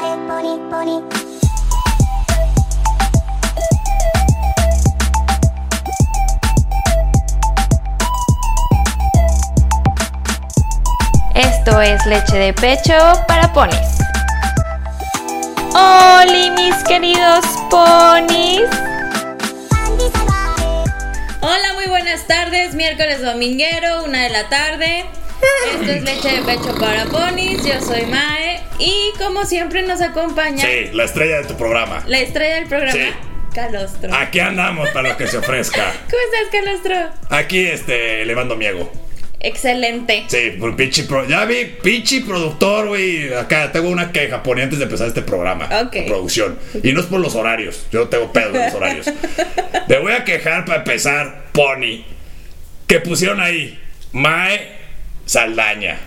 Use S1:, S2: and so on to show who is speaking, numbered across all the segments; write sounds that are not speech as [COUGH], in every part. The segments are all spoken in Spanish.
S1: pony, pony.
S2: Esto es leche de pecho para ponis. ¡Holi, mis queridos ponis!
S1: Andy se va.
S3: Hola, muy buenas tardes. Miércoles dominguero, una de la tarde. Esto es leche de pecho para ponis. Yo soy Mae y como siempre nos acompaña
S4: Sí, la estrella de tu programa.
S3: la estrella del programa,
S4: Sí.
S3: Calostro.
S4: Aquí andamos para lo que se ofrezca.
S3: ¿Cómo estás, Calostro?
S4: Aquí, este, elevando mi ego.
S3: Excelente.
S4: Sí, por pinche pro- ya vi, pinche productor, güey. Acá tengo una queja, pone antes de empezar este programa.
S3: Ok.
S4: Producción. Y no es por los horarios. Yo no tengo pedo con
S3: [LAUGHS]
S4: los horarios. Te voy a quejar para empezar, Pony. Que pusieron ahí, Mae Saldaña.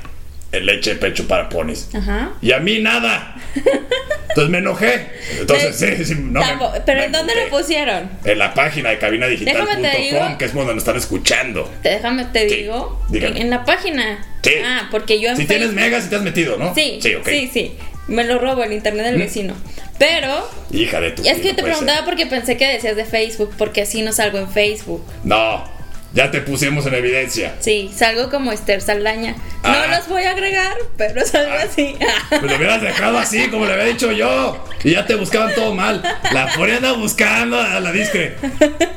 S4: El leche de pecho para ponis.
S3: Ajá.
S4: Y a mí nada. Entonces me enojé. Entonces, sí, sí, no. me-
S3: Eh, Tampo- ¿Pero
S4: me
S3: en dónde lo
S4: emputé.
S3: pusieron?
S4: En la página de
S3: Déjame te digo.
S4: cabinadigital.com, que es donde nos están escuchando.
S3: Te- Déjame te
S4: Sí,
S3: digo.
S4: dígame.
S3: En la página.
S4: Sí.
S3: Ah, porque yo en
S4: Si tienes
S3: Facebook-
S4: megas y te has metido, ¿no?
S3: Sí,
S4: Sí, ok.
S3: sí, sí. Me lo robo el internet del vecino. Pero
S4: Hija de tu. pues, eh.
S3: es que
S4: no
S3: te
S4: puede
S3: preguntaba
S4: ser.
S3: porque pensé que decías de Facebook, porque así no salgo en Facebook.
S4: No, ya te pusimos en evidencia.
S3: Sí, salgo como Esther Saldaña.
S4: Ah.
S3: No los voy a agregar, pero [LAUGHS] salgo
S4: Ah.
S3: así.
S4: Me lo hubieras dejado así, como le había dicho yo. Y ya te buscaban todo mal. La Fori anda buscando a la discre.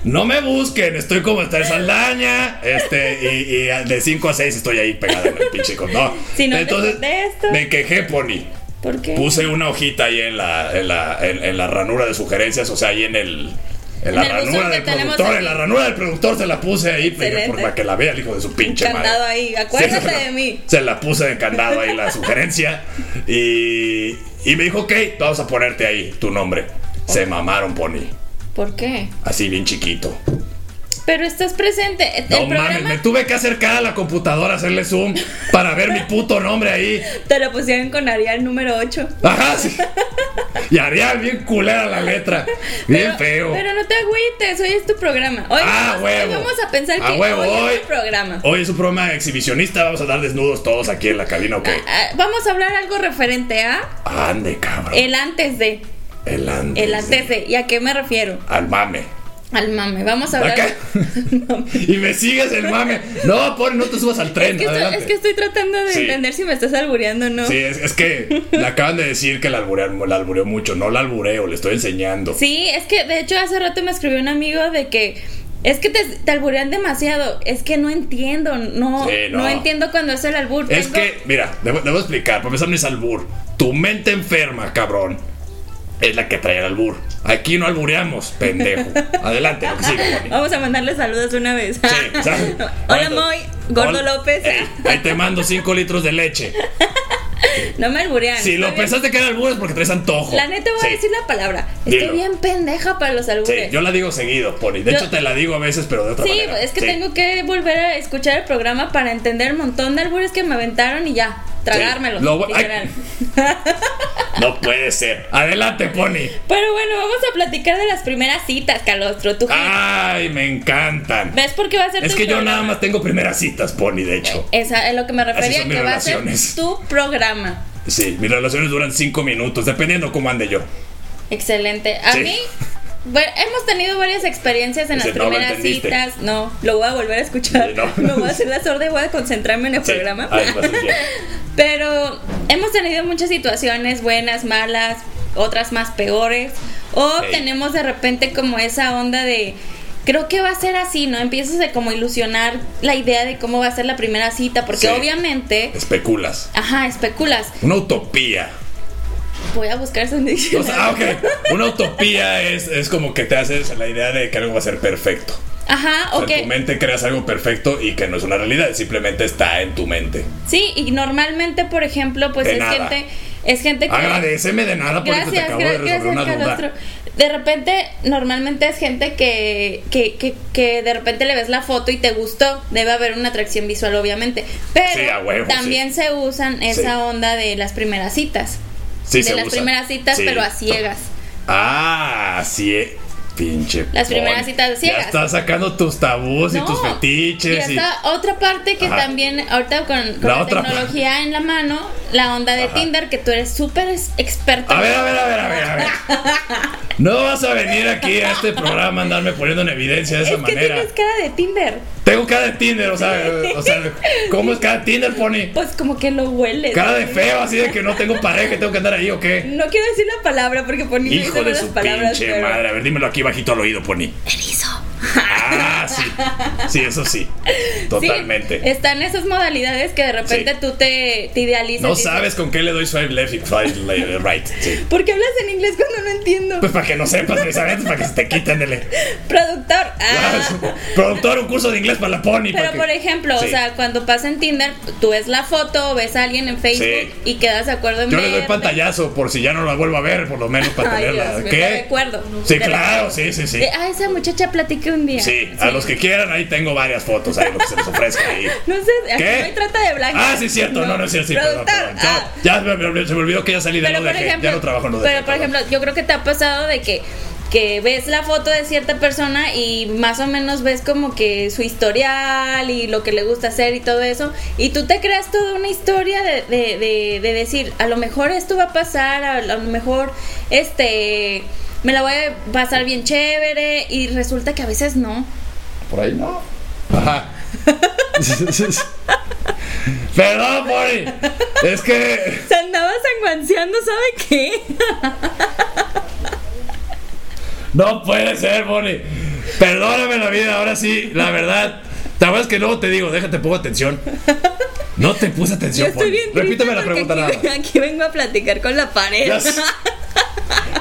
S4: No me busquen, estoy como estar Saldaña. Este, y, y de 5 a 6 estoy ahí pegado en el pinche con. No.
S3: Si no te contesto.
S4: me quejé, Pony.
S3: ¿Por qué?
S4: Puse una hojita ahí en la, en la, en, en la ranura de sugerencias, o sea, ahí en el. En la
S3: En el buzón
S4: ranura
S3: que
S4: del
S3: tenemos
S4: productor,
S3: aquí.
S4: en la ranura del productor se la puse ahí porque-
S3: Excelente.
S4: por para que la vea el hijo de su pinche madre.
S3: candado ahí, acuérdate
S4: se la-
S3: de mí.
S4: Se la puse de candado ahí la sugerencia y, y me dijo, ok, vamos a ponerte ahí tu nombre. Se mamaron, Pony.
S3: ¿Por qué?
S4: Así bien chiquito.
S3: Pero estás presente. El
S4: No
S3: programa
S4: mames, me tuve que acercar a la computadora, hacerle zoom para ver mi puto nombre ahí.
S3: te lo pusieron con Arial número 8.
S4: Ajá, sí. Y haría bien culera la letra. Bien
S3: pero,
S4: feo.
S3: Pero no te agüites, hoy es tu programa. Hoy,
S4: Ah,
S3: vamos,
S4: huevo.
S3: hoy vamos a pensar
S4: Ah,
S3: que
S4: huevo,
S3: hoy,
S4: hoy.
S3: es tu programa.
S4: Hoy es un programa exhibicionista, vamos a dar desnudos todos aquí en la cabina, ok.
S3: Ah, Vamos a hablar algo referente a
S4: Ande, cabrón. El,
S3: el antes de.
S4: antes.
S3: El antes de. ¿Y a qué me refiero?
S4: Al mame.
S3: Al mame. Vamos a hablar.
S4: Acá.
S3: [LAUGHS]
S4: y me sigues el mame. No, por no te subas al tren.
S3: Es que, estoy,
S4: adelante.
S3: es que estoy tratando de
S4: Sí.
S3: entender si me estás albureando o no.
S4: Sí, es, es que le acaban de decir que la albureó, la albureó mucho. No la albureo, le estoy enseñando.
S3: Sí, es que de hecho hace rato me escribió un amigo de que es que te, te alburean demasiado. Es que no entiendo, no,
S4: Sí,
S3: no.
S4: no.
S3: entiendo cuando es el albur.
S4: Es
S3: Tengo- [LAUGHS]
S4: que, mira, debo, debo explicar, para empezar no es albur. Tu mente enferma, cabrón, es la que trae el albur. Aquí no albureamos,
S3: [LAUGHS]
S4: pendejo. Adelante, lo que sigue, Bonnie.
S3: Vamos a mandarle saludos una vez. [LAUGHS]
S4: Sí, ¿sabes?
S3: Hola
S4: Gordo-
S3: Moy, Gordo
S4: Hola.
S3: López.
S4: Ey, ahí te mando 5 litros de leche.
S3: [LAUGHS] No me alburean.
S4: Si
S3: está
S4: lo
S3: bien.
S4: pensaste que era albur es porque traes antojo.
S3: La neta voy
S4: Sí,
S3: a decir la palabra.
S4: Dilo.
S3: Estoy bien pendeja para los
S4: Sí,
S3: albures.
S4: yo la digo seguido, Pony. De
S3: Yo-
S4: hecho, te la digo a veces, pero de otra
S3: Sí,
S4: manera.
S3: es que
S4: Sí.
S3: tengo que volver a escuchar el programa para entender un montón de albures que me aventaron y ya, tragármelos.
S4: Sí, lo voy- ay.
S3: literal.
S4: No puede ser. Adelante,
S3: [LAUGHS]
S4: Pony.
S3: Pero bueno, vamos a platicar de las primeras citas, Calostro. ¿Tú qué-
S4: Ay, me encantan.
S3: ves por qué va a ser
S4: Ah. Es
S3: tu
S4: que yo
S3: programa?
S4: nada más tengo primeras citas, Pony, de hecho.
S3: Esa es lo que me refería,
S4: son mis
S3: que va a ser
S4: relaciones.
S3: tu programa.
S4: Sí, mis relaciones duran 5 minutos, dependiendo cómo ande yo.
S3: Excelente. A
S4: Sí.
S3: mí, bueno, hemos tenido varias experiencias en
S4: Dice,
S3: las
S4: "No lo
S3: primeras
S4: entendiste".
S3: citas. No, lo voy a volver a escuchar.
S4: Sí, no.
S3: [LAUGHS] Me voy a hacer la sorda y voy a concentrarme en el
S4: Sí.
S3: programa.
S4: Ay, vas a ser bien.
S3: Pero hemos tenido muchas situaciones buenas, malas, otras más peores. O
S4: Ey.
S3: tenemos de repente como esa onda de... Creo que va a ser así, ¿no? Empiezas a como ilusionar la idea de cómo va a ser la primera cita, porque
S4: Sí.
S3: obviamente...
S4: Especulas.
S3: Ajá, especulas.
S4: Una utopía.
S3: Voy a buscar eso en
S4: O sea, ah,
S3: diccionario.
S4: ok. Una utopía es, es como que te haces la idea de que algo va a ser perfecto.
S3: Ajá,
S4: O sea,
S3: ok.
S4: En tu mente creas algo perfecto y que no es una realidad, simplemente está en tu mente.
S3: Sí, y normalmente, por ejemplo, pues
S4: De
S3: es
S4: nada.
S3: gente, es gente que.
S4: Agradeceme de nada porque te
S3: Gracias,
S4: acabo de
S3: gra-
S4: resolver
S3: gracias,
S4: una duda.
S3: Calostro. De repente, normalmente es gente que, que, que, que de repente le ves la foto y te gustó. Debe haber una atracción visual, obviamente. Pero
S4: Sí, a huevo,
S3: también se usan esa
S4: Sí.
S3: onda de las primeras citas.
S4: Sí,
S3: de
S4: se
S3: las
S4: usa.
S3: primeras citas,
S4: Sí.
S3: pero a ciegas.
S4: Ah, sí. eh. pinche.
S3: Las primeras
S4: Poli.
S3: citas ciegas.
S4: Ya estás sacando tus tabús y
S3: No,
S4: tus fetiches.
S3: Y
S4: Y
S3: está otra parte que
S4: Ajá.
S3: también, ahorita con, con
S4: La
S3: la,
S4: otra
S3: tecnología en la mano, la onda de
S4: Ajá.
S3: Tinder, que tú eres súper es- experta.
S4: A ver, a ver, a ver, a ver, a ver. No vas a venir aquí a este programa a andarme poniendo en evidencia de
S3: es
S4: esa
S3: que
S4: manera.
S3: tienes cara de Tinder.
S4: Tengo cara de Tinder, o sea, o sea, ¿cómo es cara de Tinder, Pony?
S3: Pues como que lo hueles.
S4: Cara de feo, así de que no tengo pareja, que tengo que andar ahí o qué.
S3: No quiero decir la palabra porque por mí
S4: Hijo de
S3: las
S4: su
S3: palabras.
S4: pinche
S3: pero-
S4: madre. A ver, dímelo aquí bajito al oído, Pony. Ah, sí. Sí, eso sí.
S3: Sí,
S4: Totalmente.
S3: están esas modalidades que de repente
S4: Sí.
S3: tú te, te idealizas.
S4: No
S3: dices,
S4: sabes con qué le doy swipe left y swipe le- right. Sí.
S3: ¿Por qué hablas en inglés cuando no entiendo?
S4: Pues para que no sepas, precisamente, para que se te quiten, dele. [LAUGHS]
S3: Productor. Ah.
S4: Productor, un curso de inglés para la Pony. para
S3: Pero
S4: que-
S3: por ejemplo,
S4: Sí.
S3: o sea, cuando pasa en Tinder, tú ves la foto, ves a alguien en Facebook
S4: Sí.
S3: y quedas de acuerdo en
S4: Yo le doy
S3: verle.
S4: pantallazo por si ya no la vuelvo a ver, por lo menos para
S3: Ay,
S4: tenerla.
S3: Dios mío,
S4: ¿Qué?
S3: de acuerdo.
S4: Sí,
S3: De
S4: claro,
S3: acuerdo.
S4: sí, sí, sí.
S3: Eh, ah, esa muchacha platiqué un día.
S4: Sí, a los que quieran, ahí tengo varias fotos, ahí lo que se les ofrezca ahí.
S3: No sé, aquí
S4: ¿Qué?
S3: no hay trata de blancas.
S4: Ah, sí, cierto, no, no, es cierto, sí, perdón,
S3: Productor,
S4: perdón. Ya-
S3: ah.
S4: Ya, me- me- se me olvidó que ya salí de
S3: Pero
S4: lo
S3: por
S4: dejé, ya no
S3: ejemplo,
S4: trabajo en lo dejé,
S3: pero por
S4: perdón.
S3: ejemplo, yo creo que te ha pasado de que que ves la foto de cierta persona y más o menos ves como que su historial y lo que le gusta hacer y todo eso y tú te creas toda una historia de, de, de, de decir a lo mejor esto va a pasar a lo mejor este me la voy a pasar bien chévere y resulta que a veces no
S4: Por ahí no. Ajá.
S3: [LAUGHS]
S4: [LAUGHS] Perdón, Pony. Es que.
S3: se andaba sanguanciando sabe qué
S4: No puede ser, Pony. Perdóname la vida, ahora sí, la verdad. La verdad es que luego te digo, déjate, pongo atención. No te puse
S3: yo
S4: atención,
S3: estoy
S4: Pony.
S3: bien triste
S4: Repítame la
S3: porque
S4: pregunta nada
S3: aquí, [LAUGHS]
S4: más.
S3: aquí vengo a platicar con la pared
S4: Ya sé.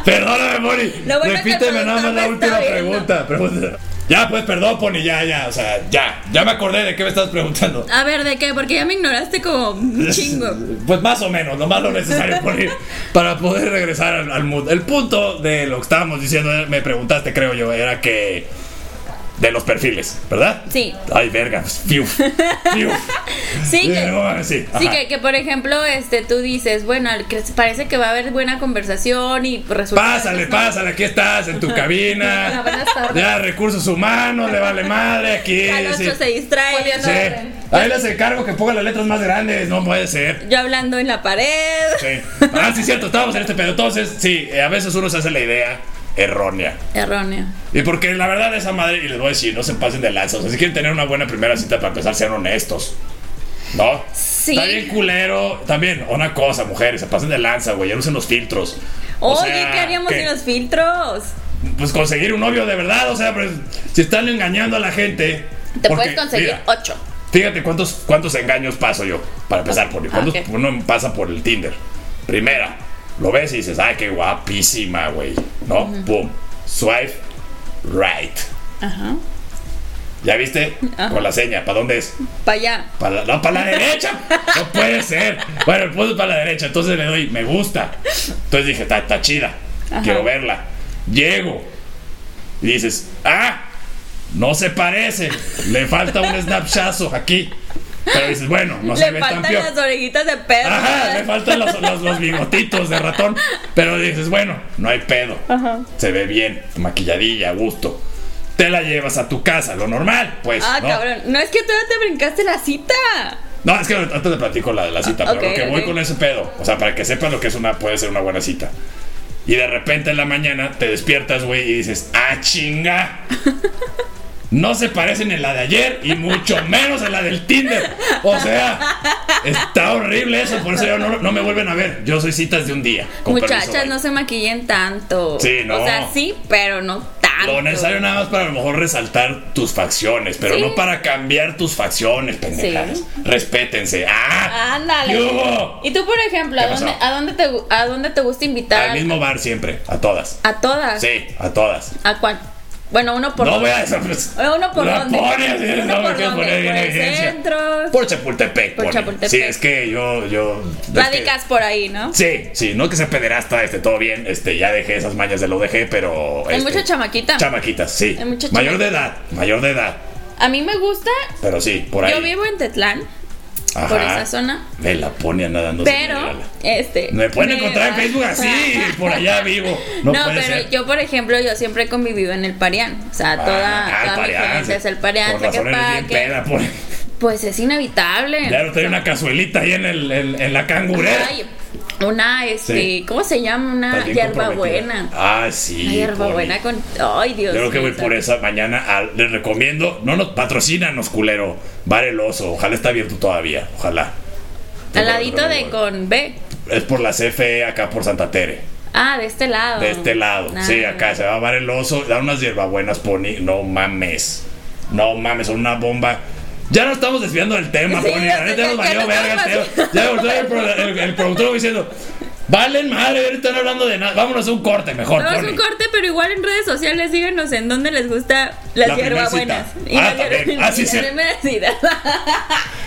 S4: Perdóname, Pony.
S3: Lo bueno que el
S4: Repíteme
S3: productor
S4: nada más la
S3: me está
S4: última
S3: viendo.
S4: pregunta. pregunta. Ya, pues, perdón, Pony, ya, ya, o sea, ya. Ya me acordé de qué me estabas preguntando.
S3: A ver, ¿de qué? Porque ya me ignoraste como
S4: [LAUGHS]
S3: un chingo.
S4: Pues más o menos, lo más lo necesario por ir- para poder regresar al, al mood. El punto de lo que estábamos diciendo, eh, me preguntaste, creo yo, era que. De los perfiles, ¿verdad?
S3: Sí.
S4: Ay, verga. pues, Fiu. Fiu.
S3: [LAUGHS] Sí,
S4: Eh, no
S3: que,
S4: mames, sí,
S3: sí
S4: ajá.
S3: que, que, por ejemplo, este, tú dices, bueno, cre- parece que va a haber buena conversación y pues resulta...
S4: Pásale, pásale, aquí estás
S3: [LAUGHS]
S4: en tu cabina.
S3: Buenas tardes.
S4: Ya, recursos humanos, le vale madre aquí.
S3: Al
S4: sí.
S3: otro se distrae.
S4: Sí. Ahí les encargo que pongan las letras más grandes, no puede ser.
S3: Yo hablando en la pared.
S4: Sí. Ah, sí, cierto, estábamos en este pedo. Entonces, sí, eh, a veces uno se hace la idea errónea.
S3: Erróneo.
S4: Y porque la verdad esa madre, y les voy a decir, no se pasen de lanza. O sea, si quieren tener una buena primera cita para empezar, sean honestos. ¿No?
S3: Sí.
S4: Está bien culero. También, una cosa, mujeres, se pasen de lanza, güey. Ya no usen los filtros. O
S3: Oye,
S4: sea,
S3: ¿qué haríamos
S4: que,
S3: sin los filtros?
S4: Pues conseguir un novio de verdad. O sea, pues, si están engañando a la gente.
S3: Te
S4: porque,
S3: puedes conseguir
S4: mira,
S3: ocho.
S4: Fíjate cuántos, cuántos engaños paso yo para empezar por ¿Cuántos
S3: ok.
S4: uno pasa por el Tinder? Primera, lo ves y dices, ay, qué guapísima, güey. ¿No? Boom. Swipe right.
S3: Ajá.
S4: ¿Ya viste?
S3: Ajá.
S4: Con la seña. ¿Para dónde es?
S3: Para allá.
S4: Para la, no, para la derecha. No puede ser. Bueno, el punto es para la derecha. Entonces le doy, me gusta. Entonces dije, está, está chida.
S3: Ajá.
S4: Quiero verla. Llego. Y dices, ah, no se parece. Le falta un snapchazo aquí. Pero dices, bueno, no se
S3: Le
S4: ve tan
S3: faltan
S4: peor.
S3: las orejitas de perro.
S4: Ajá, le faltan los, los- los bigotitos de ratón. Pero dices, bueno, no hay pedo.
S3: Ajá.
S4: Se ve bien, maquilladilla, a gusto. Te la llevas a tu casa, lo normal, pues.
S3: Ah,
S4: ¿no?
S3: cabrón. No, es que tú no te brincaste la cita.
S4: No, es que antes te platico la de la cita,
S3: Ah, ok,
S4: pero lo que voy
S3: ok.
S4: con ese pedo. O sea, para que sepas lo que es una, puede ser una buena cita. Y de repente en la mañana te despiertas, güey, y dices,
S3: [LAUGHS]
S4: ¡ah, chinga! No se parecen en la de ayer y mucho menos en la del Tinder. O sea, está horrible eso, por eso yo no, no me vuelven a ver. Yo soy citas de un día. con permiso,
S3: Muchachas,
S4: bye.
S3: no se maquillen tanto.
S4: Sí, no.
S3: O sea, sí, pero no tanto.
S4: Lo necesario nada más para a lo mejor resaltar tus facciones, pero
S3: Sí.
S4: no para cambiar tus facciones, pendejadas.
S3: Sí.
S4: Respétense. ¡Ah!
S3: Ándale.
S4: ¿Qué hubo?
S3: ¿Y tú, por ejemplo, a
S4: ¿Qué pasó?
S3: dónde, a, dónde te, gu- a dónde te gusta invitar?
S4: Al mismo bar siempre, a todas.
S3: ¿A todas?
S4: Sí, a todas.
S3: ¿A cuál? Bueno, uno por
S4: No
S3: dónde.
S4: voy a esa pues,
S3: Uno por
S4: la
S3: dónde.
S4: pones, eh,
S3: Uno
S4: no me
S3: por
S4: quiero
S3: dónde,
S4: poner en
S3: por el
S4: evidencia.
S3: centro.
S4: Por Chapultepec.
S3: Por
S4: pone.
S3: Chapultepec.
S4: Sí, es que yo, yo. es que-
S3: Radicas por ahí, ¿no?
S4: Sí, sí, no que sea pederasta, este, todo bien, este, ya dejé esas mañas de lo dejé, pero.
S3: Hay
S4: este,
S3: mucha chamaquita.
S4: Chamaquitas, sí.
S3: Hay mucha
S4: mayor
S3: chamaquita.
S4: de edad, mayor de edad,
S3: a mí me gusta.
S4: pero sí, por ahí.
S3: Yo vivo en Tetlán. por
S4: Ajá.
S3: esa zona.
S4: Me la pone a nada, no sé
S3: pero,
S4: cómo llegarla.
S3: este.
S4: Me pueden encontrar en
S3: va-
S4: Facebook así, por allá
S3: [LAUGHS]
S4: vivo. No,
S3: No,
S4: puede
S3: pero
S4: ser.
S3: yo, por ejemplo, yo siempre he convivido en el Parián. O sea,
S4: Ah,
S3: toda,
S4: ah,
S3: toda mi
S4: Parián.
S3: experiencia es el Parián.
S4: Por razón eres bien
S3: Tlaquepaque.
S4: peda, por-
S3: Pues es inevitable.
S4: Ya no trae una cazuelita ahí en, el, en, en la cangurera.
S3: Ay, una, este,
S4: Sí.
S3: ¿cómo se llama? Una
S4: Estás bien
S3: hierba buena.
S4: comprometida. Ah, sí.
S3: Una hierbabuena
S4: Connie.
S3: con. Ay, Dios.
S4: Yo creo que
S3: mío,
S4: voy por
S3: santo.
S4: esa mañana. a- les recomiendo, no nos patrocínanos, culero. Bar el oso. Ojalá está abierto todavía. Ojalá.
S3: Al ladito de con B.
S4: Es por la CFE acá por Santa Tere.
S3: Ah, de este lado.
S4: De este lado.
S3: Ah.
S4: Sí, acá se va a Bar el oso. Da unas hierbabuenas, Pony. No mames. No mames, son una bomba. Ya no estamos desviando del tema,
S3: Sí,
S4: Pony.
S3: ya
S4: La neta
S3: sé,
S4: nos
S3: ya
S4: valió
S3: no
S4: verga el
S3: estamos
S4: tema. Ya me volteó el, pro- el- el productor diciendo. Valen madre, ahorita están hablando de nada. Vámonos a un corte mejor.
S3: Vamos a
S4: Pony.
S3: un corte, pero igual en redes sociales díganos en dónde les gusta las
S4: La primer
S3: hierbabuenas.
S4: cita.
S3: Y
S4: Ah,
S3: las
S4: también.
S3: hierba-
S4: Ah, sí,
S3: y las
S4: cierto.
S3: primeras citas.
S4: [LAUGHS]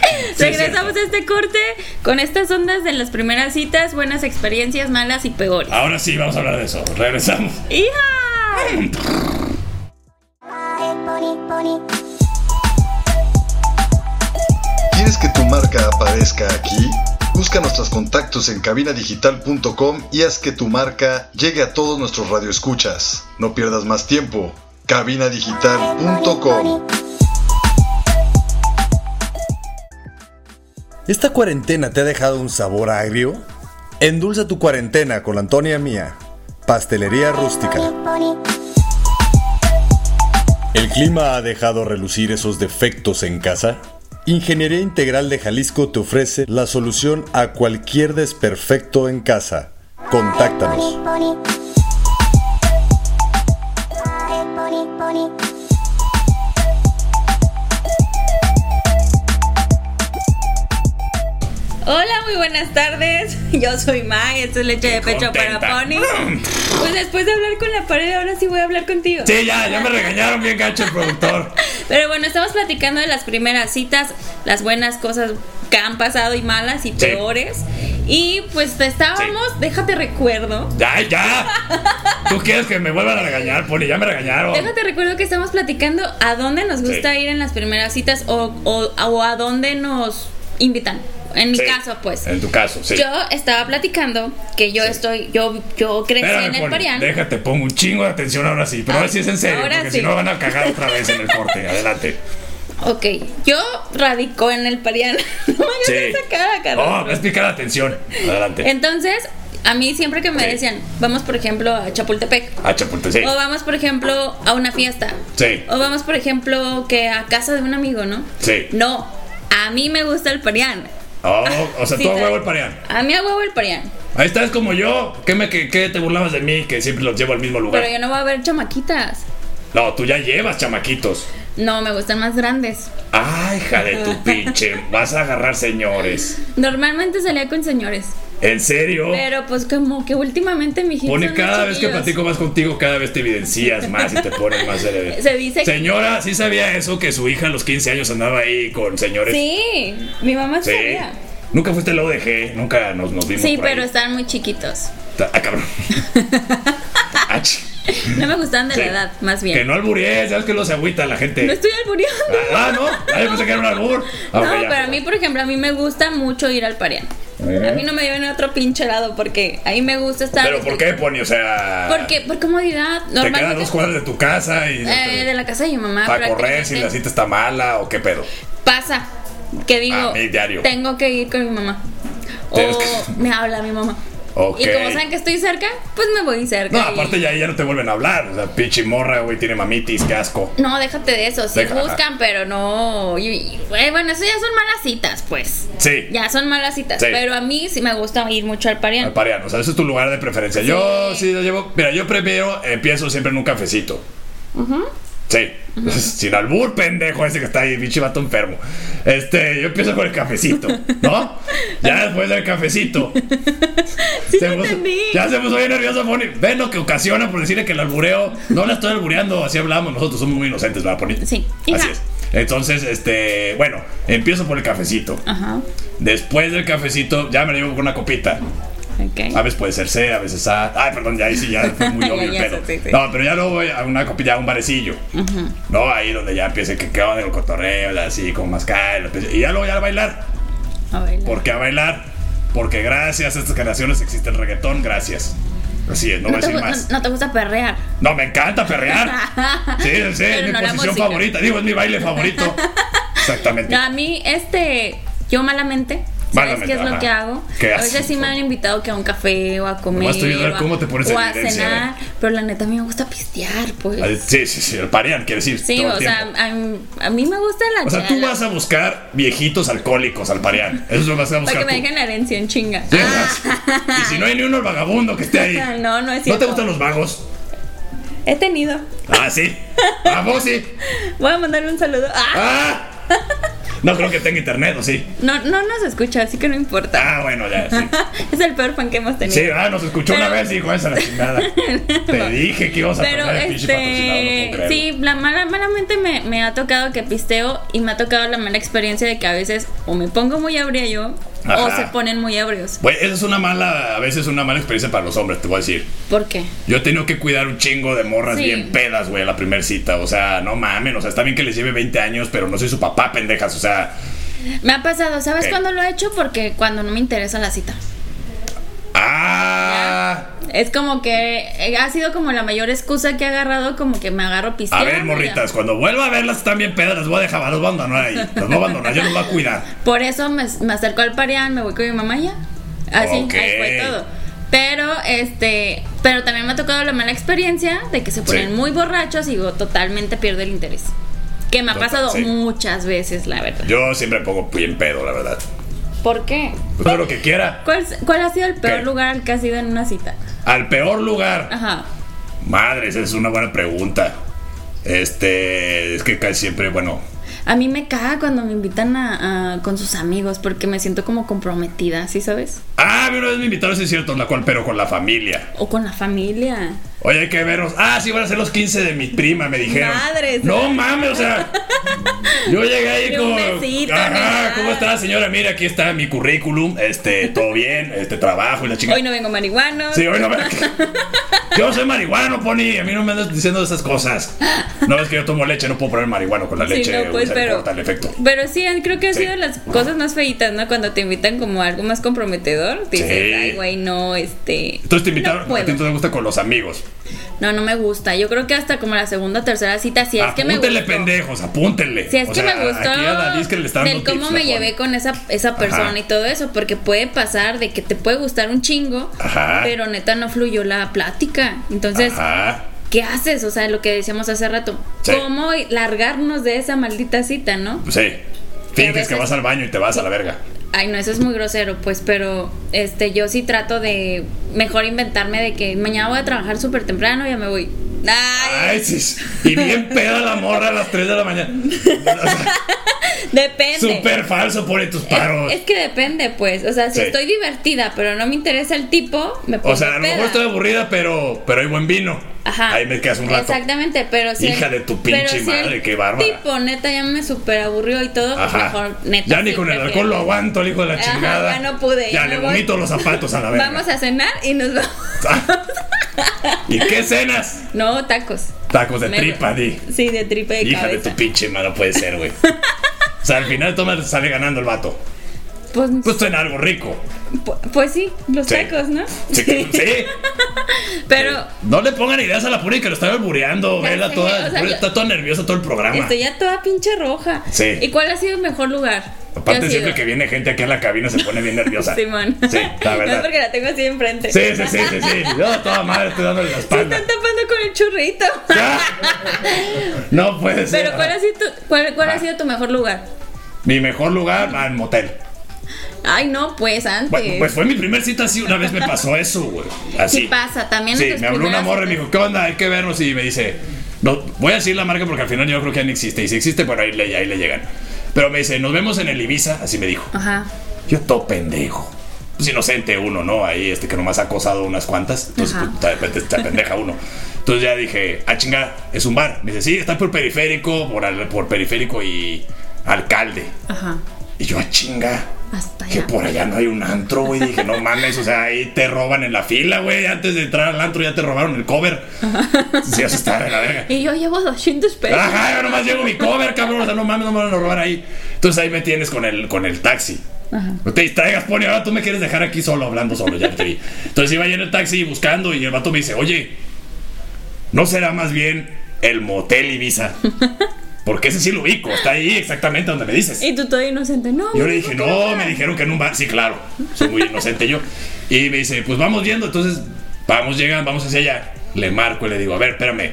S3: [LAUGHS]
S4: Sí,
S3: Regresamos
S4: cierto.
S3: a este corte con estas ondas de las primeras citas, buenas experiencias, malas y peores.
S4: Ahora sí, vamos a hablar de eso. Regresamos.
S3: ¡Hija!
S4: Mm.
S1: pony, pony.
S5: ¿Quieres que tu marca aparezca aquí? Busca nuestros contactos en cabinadigital.com y haz que tu marca llegue a todos nuestros radioescuchas. No pierdas más tiempo. cabinadigital.com
S6: ¿Esta cuarentena te ha dejado un sabor agrio? Endulza tu cuarentena con la Antonia Mía, Pastelería Rústica.
S1: Pony,
S6: ¿El clima ha dejado relucir esos defectos en casa? Ingeniería Integral de Jalisco te ofrece la solución a cualquier desperfecto en casa. Contáctanos.
S1: pony. Pony, pony.
S3: Hola, muy buenas tardes. [LAUGHS] Yo soy Mai, esto es leche de pecho para
S4: contenta. Mm.
S3: Pony. Pues después de hablar con la pared, ahora sí voy a hablar contigo.
S4: Sí, ya, ya me regañaron bien gacho el productor.
S3: Pero bueno, estamos platicando de las primeras citas, las buenas cosas que han pasado y malas y peores. Y pues te estábamos, déjate recuerdo.
S4: Ya, ya. Tú quieres que me vuelvan a regañar, Poli, ya me regañaron.
S3: Déjate recuerdo que estamos platicando a dónde nos gusta
S4: Sí.
S3: ir en las primeras citas o, o- o a dónde nos invitan. En mi
S4: Sí,
S3: caso, pues.
S4: En tu caso, sí.
S3: Yo estaba platicando que yo estoy, yo, yo crecí
S4: Espérame,
S3: en el
S4: Poli,
S3: Parián.
S4: Déjate, pongo un chingo de atención ahora sí. Pero ahora sí es en serio,
S3: Ahora
S4: porque
S3: sí.
S4: si no van a cagar otra vez en el
S3: [LAUGHS]
S4: corte. Adelante.
S3: Ok, yo radicó en el Parián. [LAUGHS] no me hagas
S4: Sí. Oh,
S3: esa cara, Carlos.
S4: No, es picar atención.
S3: [LAUGHS]
S4: Adelante.
S3: Entonces, a mí siempre que me
S4: Sí.
S3: decían, vamos por ejemplo a Chapultepec,
S4: Ah, Chapultepec.
S3: o vamos por ejemplo a una fiesta,
S4: Sí.
S3: o vamos por ejemplo que a casa de un amigo, ¿no?
S4: Sí.
S3: No, a mí me gusta el parián.
S4: Oh, o sea,
S3: Sí,
S4: tú a
S3: ¿sabes?
S4: huevo el parear.
S3: A mí a huevo el parián,
S4: Ahí estás como yo. ¿Qué, me, que, que te burlabas de mí? Que siempre los llevo al mismo lugar.
S3: pero yo no voy a ver chamaquitas.
S4: No, tú ya llevas chamaquitos.
S3: No, me gustan más grandes.
S4: Ay, hija de
S3: [LAUGHS]
S4: tu pinche. Vas a agarrar señores.
S3: Normalmente salía con señores,
S4: En serio.
S3: pero pues como que últimamente mi
S4: Oh. Pone cada vez que platico más contigo, cada vez te evidencias más y te pones más serio.
S3: [LAUGHS] Se dice-
S4: Señora, sí sabía eso que su hija a los 15 años andaba ahí con señores.
S3: Sí, mi mamá
S4: Sí.
S3: sabía.
S4: Nunca fuiste la UDG, nunca nos, nos vimos.
S3: Sí,
S4: por ahí.
S3: pero estaban muy chiquitos. [LAUGHS]
S4: Ta- Ah, cabrón. Ach.
S3: No me gustaban de
S4: Sí.
S3: la edad, más bien.
S4: Que no alburees, sabes que los agüita la gente.
S3: No estoy albureando. [LAUGHS]
S4: Ah, ah, no. Ah, yo pensé que era un albur.
S3: No,
S4: Ah, ok, ya.
S3: pero a mí, por ejemplo, a mí me gusta mucho ir al parián. A mí no me lleven a otro pinche lado porque ahí me gusta estar.
S4: Pero ¿por qué, Pony? O sea.
S3: Porque, por comodidad.
S4: Te quedan dos
S3: Normalmente.
S4: cuadras de tu casa y.
S3: eh, de la casa de mi mamá.
S4: para correr si
S3: prácticamente,
S4: la cita está mala o qué pedo.
S3: Pasa que digo,
S4: A mí, diario.
S3: tengo que ir con mi mamá. O
S4: Tienes que-
S3: me habla mi mamá.
S4: Ok.
S3: Y como saben que estoy cerca, pues me voy cerca.
S4: No,
S3: y-
S4: aparte ya, ya no te vuelven a hablar. O sea, pinche morra, güey, tiene mamitis, qué asco.
S3: No, déjate de eso. Sí
S4: Deja-
S3: buscan, pero no. y- y- eh, bueno, eso ya son malas citas, pues.
S4: Sí.
S3: Ya son malas citas.
S4: Sí.
S3: Pero a mí sí me gusta ir mucho al parián.
S4: Al pareano, o sea, ese es tu lugar de preferencia. Yo sí lo llevo. Mira, yo prefiero, empiezo siempre en un cafecito. Sí. [LAUGHS] Sin albur, pendejo, ese que está ahí, pinche vato enfermo. Este, yo empiezo con el cafecito, ¿no? ya después del cafecito.
S3: Sí,
S4: se
S3: lo
S4: puso-
S3: entendí.
S4: ya se puso bien nervioso, Pony. Ven lo que ocasiona por decirle que el albureo. No la estoy albureando, así hablamos nosotros, somos muy inocentes, ¿verdad, Pony?
S3: Sí.
S4: Así
S3: Hija.
S4: es. Entonces, este, bueno, empiezo por el cafecito.
S3: Ajá.
S4: Después del cafecito, ya me lo llevo con una copita.
S3: Ok.
S4: A veces puede ser C, a veces A. Ay, perdón, ya ahí sí, ya fue
S3: [LAUGHS]
S4: muy
S3: Ya,
S4: obvio el
S3: ya
S4: pedo.
S3: sé, sí, sí.
S4: No, pero ya luego voy a una copita, a un barecillo. No, ahí donde ya empiece que queda el cotorreo, así, con más cara. Y ya luego ya a bailar.
S3: A bailar.
S4: ¿Por qué a bailar? Porque gracias a estas generaciones existe el reggaetón, gracias. Así es, no,
S3: No
S4: voy a
S3: te,
S4: decir
S3: gu-
S4: más.
S3: no- no te gusta perrear.
S4: No, me
S3: [LAUGHS]
S4: encanta perrear. Sí, sí, es
S3: Pero
S4: mi
S3: no la
S4: posición
S3: música.
S4: favorita. Digo, es mi baile
S3: [LAUGHS]
S4: favorito. Exactamente.
S3: No, a mí, este, yo malamente. ¿Sabes
S4: Malamente,
S3: qué es
S4: ajá.
S3: lo que hago?
S4: ¿Qué
S3: a
S4: haces,
S3: veces sí me
S4: por
S3: han
S4: favor?
S3: invitado que a un café o a comer.
S4: Nomás te voy a ver
S3: o
S4: cómo te pones en
S3: o a
S4: evidencia, ¿eh?
S3: cenar. Pero la neta, a mí me gusta pistear, pues.
S4: Ah, Sí, sí, sí, el parean, quiere decir.
S3: sí,
S4: todo el
S3: o sea,
S4: tiempo.
S3: a, mí- a mí me gusta la
S4: O sea, tú
S3: chala,
S4: vas a buscar viejitos alcohólicos al parean. Eso es lo que vas a
S3: Para
S4: buscar.
S3: que me
S4: tú.
S3: dejen la herencia en chinga.
S4: Sí, vas. Y si no hay ni uno el vagabundo que esté ahí.
S3: Ah, [LAUGHS] no, no es
S4: ¿No
S3: cierto.
S4: te gustan los vagos?
S3: He tenido.
S4: Ah, sí. A vos sí.
S3: Voy a mandarle un saludo. Ah,
S4: Ah. No creo que tenga internet, ¿o sí?
S3: No, no nos escucha, así que no importa. [LAUGHS]
S4: Ah, bueno, ya, sí.
S3: es el peor fan que hemos tenido.
S4: Sí, ah, nos escuchó una
S3: Pero-
S4: vez y dijo esa la chingada.
S3: [LAUGHS]
S4: Te dije que íbamos a
S3: Pero
S4: perder el pinche patrocinado, no
S3: este,
S4: puedo creerlo.
S3: sí, la mala, malamente me, me ha tocado que pisteo y me ha tocado la mala experiencia de que a veces o me pongo muy ebria yo o
S4: Ajá.
S3: se ponen muy ebrios.
S4: Güey, esa es una mala, a veces una mala experiencia para los hombres, te voy a decir.
S3: ¿Por qué?
S4: Yo he tenido que cuidar un chingo de morras
S3: Sí.
S4: bien pedas, güey, a la primer cita. O sea, no mamen, o sea, está bien que les lleve 20 años, pero no soy su papá, pendejas. O sea,
S3: Me ha pasado, ¿sabes
S4: ¿Qué?
S3: cuándo lo he hecho? Porque cuando no me interesa la cita.
S4: ¡ah!
S3: Es como que eh, ha sido como la mayor excusa que he agarrado, como que me agarro
S4: A
S3: pisteando.
S4: ver, morritas, cuando vuelva a verlas están bien pedas, las voy a dejar, las voy a abandonar ahí. Las voy a abandonar, yo las voy a cuidar.
S3: Por eso me, me acerco al pareán, me voy con mi mamá y ya. Así,
S4: Ok.
S3: ahí fue todo. Pero, este, pero también me ha tocado la mala experiencia de que se ponen
S4: Sí.
S3: muy borrachos y yo totalmente pierdo el interés. Que me ha
S4: Total,
S3: pasado
S4: sí.
S3: muchas veces, la verdad.
S4: Yo siempre me pongo bien pedo, la verdad. Pues,
S3: ¿Por qué?
S4: Todo lo que quiera.
S3: ¿Cuál, cuál ha sido el peor
S4: ¿Qué?
S3: lugar al que has ido en una cita?
S4: Al peor lugar.
S3: Ajá.
S4: Madres, esa es una buena pregunta. Este, es que casi siempre, bueno,
S3: A mí me caga cuando me invitan a, a- con sus amigos porque me siento como comprometida, ¿sí sabes?
S4: Ah, una vez me invitaron, sí es cierto, la cual, pero con la familia.
S3: O con la familia.
S4: Oye, hay que vernos. Ah, sí, van a ser los 15 de mi prima, me dijeron.
S3: Madres.
S4: No mames, o sea. Yo llegué ahí
S3: De
S4: como.
S3: un besito,
S4: Ajá,
S3: ni nada.
S4: ¿cómo está, señora? Mira, aquí está mi currículum. Este, todo bien, este trabajo y la chica.
S3: Hoy no vengo marihuano.
S4: Sí, hoy no me- [LAUGHS] Yo soy marihuano, Pony. A mí no me andas diciendo esas cosas. No es que yo tomo leche, no puedo poner marihuano con la
S3: Sí,
S4: leche.
S3: no,
S4: güey,
S3: pues,
S4: se le
S3: pero-
S4: corta el efecto.
S3: Pero sí, creo que han
S4: Sí.
S3: sido las cosas más feitas, ¿no? Cuando te invitan como a algo más comprometedor, te
S4: Sí.
S3: dices, ay, güey, no, este.
S4: Entonces te invitaron,
S3: No,
S4: a ti
S3: puedo".
S4: entonces te gusta con los amigos.
S3: no, no me gusta. Yo creo que hasta como la segunda o tercera cita, si es que me
S4: apúntenle,
S3: gustó.
S4: pendejos, apúntenle.
S3: Si es
S4: O
S3: que
S4: sea,
S3: me gustó
S4: Aquí a Dalis que le están
S3: del cómo me llevé con esa, esa persona
S4: Ajá.
S3: y todo eso, porque puede pasar de que te puede gustar un chingo,
S4: Ajá.
S3: pero neta no fluyó la plática. Entonces,
S4: Ajá.
S3: ¿qué haces? O sea, lo que decíamos hace rato,
S4: Sí.
S3: ¿cómo largarnos de esa maldita cita, no?
S4: Pues sí.
S3: a
S4: Finges
S3: veces-
S4: que vas al baño y te vas a la verga.
S3: Ay, no, eso es muy grosero, pues, pero este, yo sí trato de mejor inventarme de que mañana voy a trabajar súper temprano, ya me voy. Ay,
S4: Ay, sí. Y bien peda la morra a las 3 de la mañana.
S3: depende.
S4: Súper falso, pone tus paros.
S3: es, es que depende, pues. O sea, si
S4: Sí.
S3: estoy divertida, pero no me interesa el tipo, me pongo
S4: O sea, a lo
S3: peda.
S4: mejor estoy aburrida, pero, pero hay buen vino.
S3: Ajá.
S4: Ahí me quedas un rato.
S3: Exactamente, pero si.
S4: Hija
S3: el-
S4: de tu pinche
S3: pero si
S4: madre,
S3: el
S4: qué bárbara.
S3: Tipo, neta, ya me super aburrió y todo. pues,
S4: Ajá.
S3: Mejor, neta.
S4: ya ni
S3: sí
S4: con el
S3: prefiero.
S4: alcohol lo aguanto, el hijo de la
S3: Ajá,
S4: chingada.
S3: ya no pude,
S4: Ya
S3: ya
S4: le
S3: me voy.
S4: vomito los zapatos a la verga. [LAUGHS] Ah.
S3: Vamos a cenar y nos vamos. [LAUGHS]
S4: ¿Y qué cenas?
S3: No, tacos.
S4: Tacos de
S3: Me-
S4: tripa, di.
S3: Sí, de tripa y de
S4: Hija de
S3: cabeza.
S4: tu pinche madre, no
S3: [LAUGHS]
S4: puede ser, güey. O sea, al final toma, sale ganando el vato.
S3: Pues,
S4: Pues en algo rico.
S3: Pu- Pues sí, los
S4: Sí.
S3: tacos, ¿no?
S4: Sí. sí.
S3: [LAUGHS] Pero
S4: No le pongan ideas a la puri que lo están albureando.
S3: Ya
S4: Vela
S3: sé,
S4: toda.
S3: o sea,
S4: Puri
S3: yo-
S4: Está toda nerviosa todo el programa.
S3: estoy ya toda pinche roja.
S4: Ah. Sí.
S3: ¿Y cuál ha sido el mejor lugar?
S4: Aparte, siempre que viene gente aquí en la cabina se pone bien nerviosa.
S3: Simón.
S4: Sí, la
S3: [LAUGHS] No es
S4: verdad.
S3: porque la tengo así enfrente.
S4: Sí, sí, sí, sí, sí. Yo toda madre estoy dándole la
S3: Se
S4: espalda.
S3: están tapando con el
S4: [LAUGHS]
S3: churrito. [LAUGHS]
S4: ¡Ah! No puede ser.
S3: Pero ¿cuál ha sido tu, cuál,
S4: Ah.
S3: cuál ha sido tu mejor lugar?
S4: Mi mejor lugar, al motel.
S3: Ay, no, pues antes.
S4: Bueno, pues fue mi primer cita así, una vez me pasó eso, güey. Así.
S3: Sí pasa, también en
S4: Sí,
S3: tus
S4: me habló una
S3: primeras
S4: morra y me dijo, ¿qué onda? Hay que vernos. Y me dice, no, voy a decir la marca porque al final yo creo que ya no existe. Y si existe, bueno, ahí le, ahí le llegan. Pero me dice, nos vemos en el Ibiza, así me dijo.
S3: Ajá.
S4: Yo todo pendejo. Pues inocente uno, ¿no? Ahí, este, que nomás ha acosado unas cuantas. Entonces,
S3: Ajá.
S4: pues, de repente se pendeja uno. Entonces ya dije, ah, chinga, es un bar. Me dice, sí, está por periférico, por, al- por periférico y alcalde.
S3: Ajá.
S4: Y yo, ah, chinga.
S3: Hasta
S4: Que
S3: allá.
S4: por allá no hay un antro, güey. Dije, no mames, o sea, ahí te roban en la fila, güey. Antes de entrar al antro ya te robaron el cover. Sí, eso está de la verga.
S3: Y yo llevo 200 pesos.
S4: Ajá, yo nomás llevo mi cover, cabrón. O sea, no mames, no me van a robar ahí. Entonces ahí me tienes con el, con el taxi. No te distraigas, pone. Ahora tú me quieres dejar aquí solo, hablando solo, ya te vi. Entonces iba yo en el taxi buscando y el vato me dice, oye, ¿no será más bien el motel Ibiza? Porque ese sí lo ubico, está ahí exactamente donde me dices.
S3: Y tú todo inocente, no.
S4: Yo le dije, no, me dijeron que en un bar. Sí, claro, soy muy inocente yo. Y me dice, pues vamos viendo, entonces vamos llegando, vamos hacia allá. Le marco y le digo, a ver, espérame.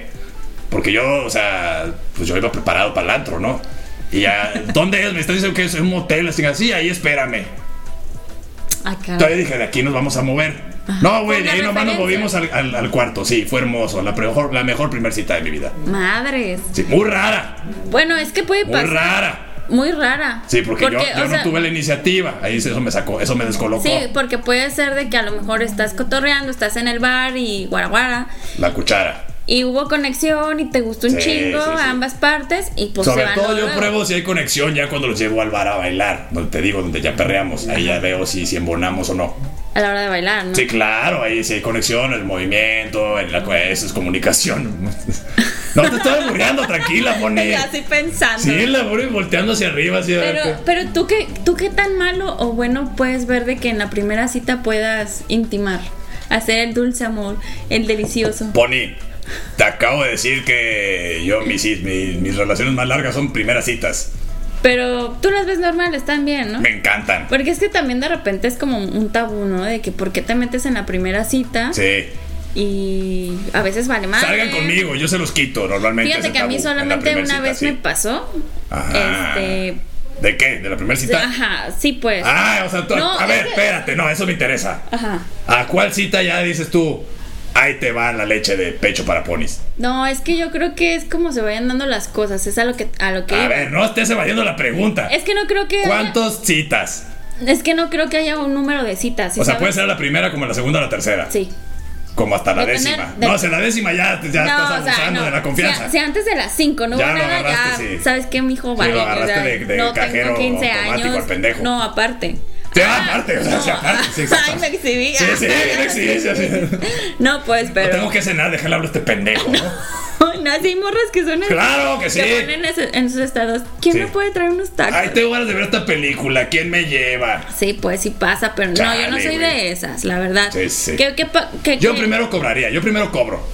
S4: Porque yo, o sea, pues yo iba preparado para el antro, ¿no? Y ya, ¿dónde es? Me estás diciendo que es un motel, así, así, ahí espérame.
S3: Acá.
S4: Entonces dije, de aquí nos vamos a mover. No, güey, de
S3: Fue
S4: ahí
S3: una
S4: nomás nos
S3: referencia.
S4: movimos al, al- al cuarto, sí, fue hermoso, la mejor, la mejor primer cita de mi vida.
S3: Madres.
S4: Sí, muy rara,
S3: Bueno, es que puede
S4: muy
S3: pasar.
S4: rara.
S3: Muy rara.
S4: Sí, porque, yo, yo
S3: o
S4: no
S3: sea,
S4: tuve la iniciativa. Ahí eso me sacó, eso me descolocó.
S3: Sí, porque puede ser de que a lo mejor estás cotorreando, estás en el bar y guaraguara.
S4: La cuchara.
S3: Y hubo conexión y te gustó un
S4: Sí,
S3: chingo
S4: sí, sí.
S3: a ambas partes y pues
S4: Sobre
S3: se van
S4: todo yo
S3: luego.
S4: pruebo si hay conexión ya cuando los llevo al bar a bailar. Donde te digo, donde ya perreamos. Ahí ya veo si, si embonamos o no.
S3: a la hora de bailar, ¿no?
S4: Sí, claro, ahí sí hay conexión, el movimiento, en la, eso es comunicación. [LAUGHS] No te estoy burleando, tranquila,
S3: [LAUGHS]
S4: Bonnie.
S3: Así pensando.
S4: Sí, la Bonnie volteando hacia arriba, así a ver
S3: Pero,
S4: qué-
S3: pero tú qué, tú qué tan malo o bueno puedes ver de que en la primera cita puedas intimar, hacer el dulce amor, el delicioso.
S4: Pony, te acabo de decir que yo mis, mis, mis relaciones más largas son primeras citas.
S3: Pero tú las ves normales también, ¿no?
S4: Me encantan.
S3: Porque es que también de repente es como un tabú, ¿no? De que por qué te metes en la primera cita
S4: Sí.
S3: y a veces vale más.
S4: Salgan conmigo, yo se los quito normalmente.
S3: Fíjate
S4: ese
S3: que a mí
S4: tabú en la
S3: solamente
S4: primer
S3: una
S4: cita,
S3: vez
S4: sí. Ah.
S3: me pasó.
S4: Ajá.
S3: Este,
S4: ¿De qué? ¿De la primera cita?
S3: Ajá, sí, pues.
S4: Ah, o sea, tú-
S3: No,
S4: a ver,
S3: es que-
S4: espérate, no, eso me interesa.
S3: Ajá.
S4: ¿A cuál cita ya dices tú? Ahí te va la leche de pecho para ponis.
S3: No, es que yo creo que es como se vayan dando las cosas. Es a lo que. A lo que
S4: A
S3: iba.
S4: ver, no estés evadiendo la pregunta.
S3: Es que no creo que. haya-
S4: ¿Cuántas citas?
S3: es que no creo que haya un número de citas. ¿sí
S4: O sea,
S3: sabes?
S4: puede ser la primera como la segunda o la tercera.
S3: Sí.
S4: Como hasta la
S3: Depende-
S4: décima.
S3: de-
S4: No, hasta la décima ya, ya
S3: No,
S4: estás
S3: o sea,
S4: abusando
S3: no.
S4: de la confianza.
S3: Si, a- si antes de las 5 no hubo
S4: Ya lo
S3: nada, ya.
S4: agarraste, sí.
S3: ¿Sabes qué, mijo?
S4: Sí,
S3: Vale.
S4: lo agarraste
S3: o sea,
S4: de- de
S3: no
S4: cajero
S3: tengo 15
S4: automático
S3: años.
S4: al pendejo.
S3: No, aparte.
S4: Sí, aparte, [LAUGHS] o sea, sí, aparte,
S3: [LAUGHS]
S4: sí, exacto.
S3: ah, Ay, me exhibí.
S4: Sí, sí,
S3: [LAUGHS]
S4: me exhibí, sí, sí.
S3: No, pues, pero.
S4: No
S3: [LAUGHS]
S4: tengo que cenar, déjale hablar a este pendejo. ¿no?
S3: No, sí, hay morras que son.
S4: Claro que sí.
S3: Que ponen en, su- en sus estados. ¿Quién
S4: Sí.
S3: me puede traer unos tacos?
S4: Ay, tengo ganas de ver esta película. ¿Quién me lleva?
S3: Sí, pues sí pasa, pero no, yo no
S4: Chale,
S3: soy
S4: güey.
S3: de esas, la verdad.
S4: Sí, sí.
S3: ¿Qué, qué pa- qué-
S4: Yo
S3: qué-
S4: primero cobraría, yo primero cobro.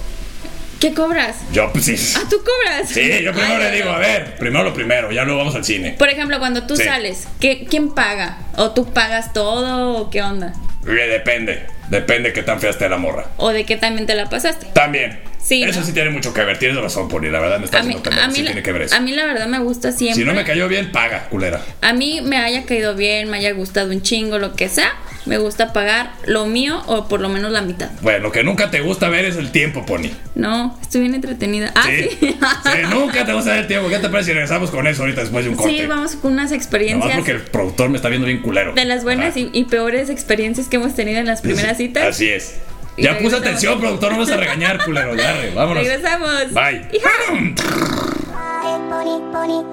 S3: ¿Qué cobras?
S4: Yo, pues sí.
S3: Ah, tú cobras.
S4: Sí, yo primero
S3: Ay,
S4: le
S3: no,
S4: digo,
S3: no.
S4: a ver, primero lo primero, ya luego vamos al cine.
S3: Por ejemplo, cuando tú
S4: Sí.
S3: sales, ¿qué, ¿quién paga? ¿O tú pagas todo? ¿O qué onda?
S4: Eh, Depende, depende qué tan fea esté la morra.
S3: ¿O de qué también te la pasaste?
S4: También.
S3: Sí,
S4: Eso
S3: ¿no?
S4: sí tiene mucho que ver, tienes razón, Poli, la verdad me está
S3: a, mí,
S4: haciendo pendejo,
S3: a mí
S4: sí
S3: la,
S4: tiene que ver eso.
S3: a mí la verdad me gusta siempre.
S4: si no me cayó bien, paga, culera.
S3: A mí me haya caído bien, me haya gustado un chingo, lo que sea. Me gusta pagar lo mío o por lo menos la mitad.
S4: Bueno, lo que nunca te gusta ver es el tiempo, Pony.
S3: No, estoy bien entretenida. Ah, sí.
S4: Sí, nunca te gusta ver el tiempo. ¿Qué te parece si regresamos con eso ahorita después de un
S3: [LAUGHS]
S4: corte?
S3: Sí, vamos con unas
S4: Nomás
S3: experiencias
S4: porque el productor me está viendo bien culero.
S3: de las buenas
S4: Ah.
S3: y, y peores experiencias que hemos tenido en las primeras citas.
S4: Pues Así es.
S3: Y
S4: Ya puse
S3: regresamos.
S4: atención, productor, no vas a regañar, culero. Ya, re, vámonos.
S3: Regresamos.
S4: Bye.
S1: Pare, pony, pony.